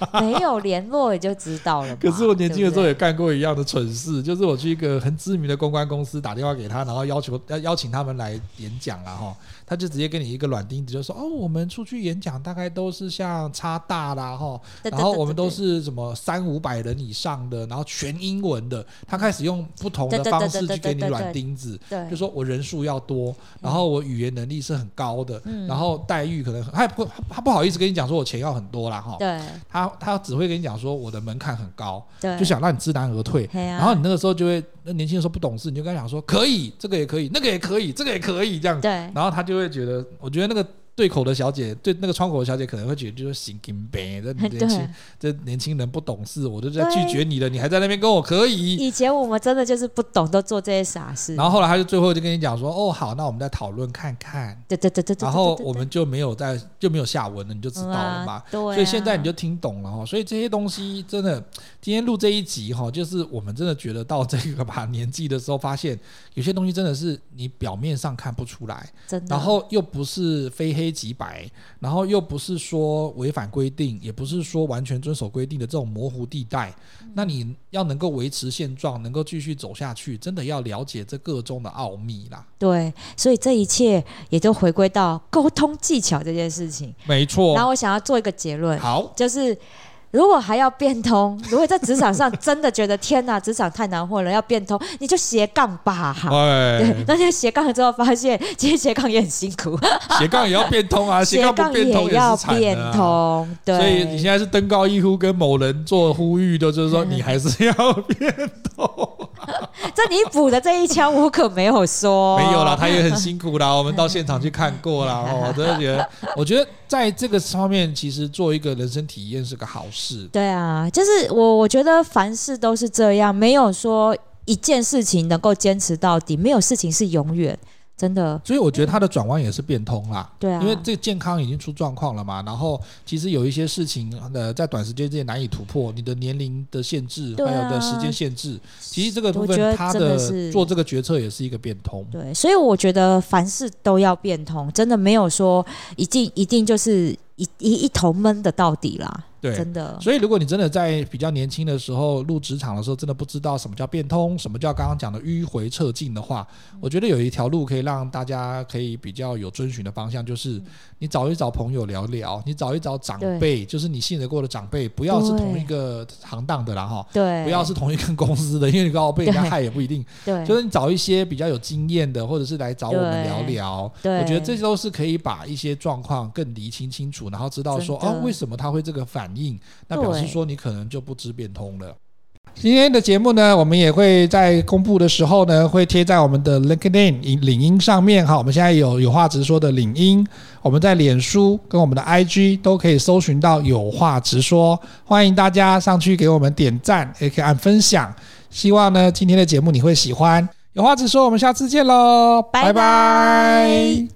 S1: 啊。
S2: 没有联络也就知道了嘛。
S1: 可是我年轻的时候
S2: 对
S1: 也干过一样的蠢事，就是我去一个很知名的公关公司打电话给他，然后要求要邀请他们来演讲啦，哈，他就直接给你一个软钉子，就说哦，我们出去演讲大概都是像差大啦，哈，
S2: 不对，对
S1: 然后我们都是什么三五百人以上的，然后全英文的，他开始用不同的
S2: 对对对
S1: 方式
S2: 对对
S1: 去给你
S2: 对对
S1: 软
S2: 对
S1: 钉子，
S2: 对对
S1: 就说我人数要多，然后我语言能力是很高的，
S2: 嗯
S1: 然后待遇可能很他也不他他不好意思跟你讲说我钱要很多啦，哈，
S2: 对
S1: 他他只会跟你讲说我的门槛很高。
S2: 对，
S1: 就想让你知难而退。
S2: 嘿啊
S1: 然后你那个时候就会，那年轻的时候不懂事，你就跟他讲说可以，这个也可以，那个也可以，这个也可以这样子。
S2: 对
S1: 然后他就会觉得，我觉得那个对口的小姐，对那个窗口的小姐可能会觉得就是行金呗，这年轻
S2: 对。
S1: 这年轻人不懂事，我就在
S2: 对
S1: 拒绝你了，你还在那边跟我可以。
S2: 以前我们真的就是不懂，都做这些傻事。
S1: 然后后来他就最后就跟你讲说，哦好，那我们再讨论看看。
S2: 对对对对对，
S1: 然后
S2: 对
S1: 我们就没有再就没有下文了，你就知道了嘛。？
S2: 对嗯啊对啊，
S1: 所以现在你就听懂了哈，所以这些东西真的，今天录这一集哈，就是我们真的觉得到这个把年纪的时候，发现有些东西真的是你表面上看不出来，
S2: 真的，
S1: 然后又不是非黑即白，然后又不是说违反规定，也不是说完全遵守规定的这种模糊地带。
S2: 嗯
S1: 那你要能够维持现状，能够继续走下去，真的要了解这个中的奥秘啦。
S2: 对，所以这一切也就回归到沟通技巧这件事情。
S1: 没错
S2: 然后我想要做一个结论，
S1: 好，
S2: 就是如果还要变通，如果在职场上真的觉得天哪，职场太难混了，要变通，你就斜杠吧。 对
S1: 哎，，
S2: 那些斜杠了之后发现，其实斜杠也很辛苦，
S1: 斜杠也要变通啊，斜杠不变通
S2: 也
S1: 是
S2: 要
S1: 惨
S2: 变
S1: 的、啊。
S2: 通，对，
S1: 所以你现在是登高一呼，跟某人做呼吁的，就是说你还是要 变动。
S2: 这你补的这一枪，我可没有说，
S1: 没有啦，，他也很辛苦啦，我们到现场去看过 啦。哦，我真的觉得，我觉得在这个方面，其实做一个人生体验是个好事。
S2: 对啊，就是我我觉得凡事都是这样，没有说一件事情能够坚持到底，没有事情是永远，真的。
S1: 所以我觉得他的转弯也是变通啦。
S2: 对啊，
S1: 因为这个健康已经出状况了嘛，然后其实有一些事情，呃，在短时间之内难以突破，你的年龄的限制，还
S2: 对啊啊
S1: 有的时间限制，其实这个部
S2: 我觉
S1: 分
S2: 得
S1: 他
S2: 真的
S1: 的
S2: 是
S1: 做这个决策也是一个变通。
S2: 对，所以我觉得凡事都要变通，真的没有说一定一定就是一一一头闷的到底啦，
S1: 对，
S2: 真的。
S1: 所以，如果你真的在比较年轻的时候入职场的时候，真的不知道什么叫变通，什么叫刚刚讲的迂回撤进的话，
S2: 嗯
S1: 我觉得有一条路可以让大家可以比较有遵循的方向，
S2: 嗯
S1: 就是你找一找朋友聊聊，你找一找长辈，就是你信得过的长辈，不要是同一个行当的啦哈，
S2: 对，
S1: 不要是同一个公司的，因为你刚好被人家
S2: 对
S1: 害也不一定。
S2: 对，
S1: 就是你找一些比较有经验的，或者是来找我们
S2: 对
S1: 聊聊。
S2: 对
S1: 我觉得这都是可以把一些状况更厘清清楚，然后知道说
S2: 真的
S1: 哦，为什么他会这个反应，那
S2: 对
S1: 表示说你可能就不知变通了。今天的节目呢，我们也会在公布的时候呢，会贴在我们的 LinkedIn 领领英上面哈。我们现在有有话直说的领英，我们在脸书跟我们的 IG 都可以搜寻到有话直说，欢迎大家上去给我们点赞，也可以按分享。希望呢今天的节目你会喜欢。有话直说，我们下次见喽，
S2: 拜拜
S1: 拜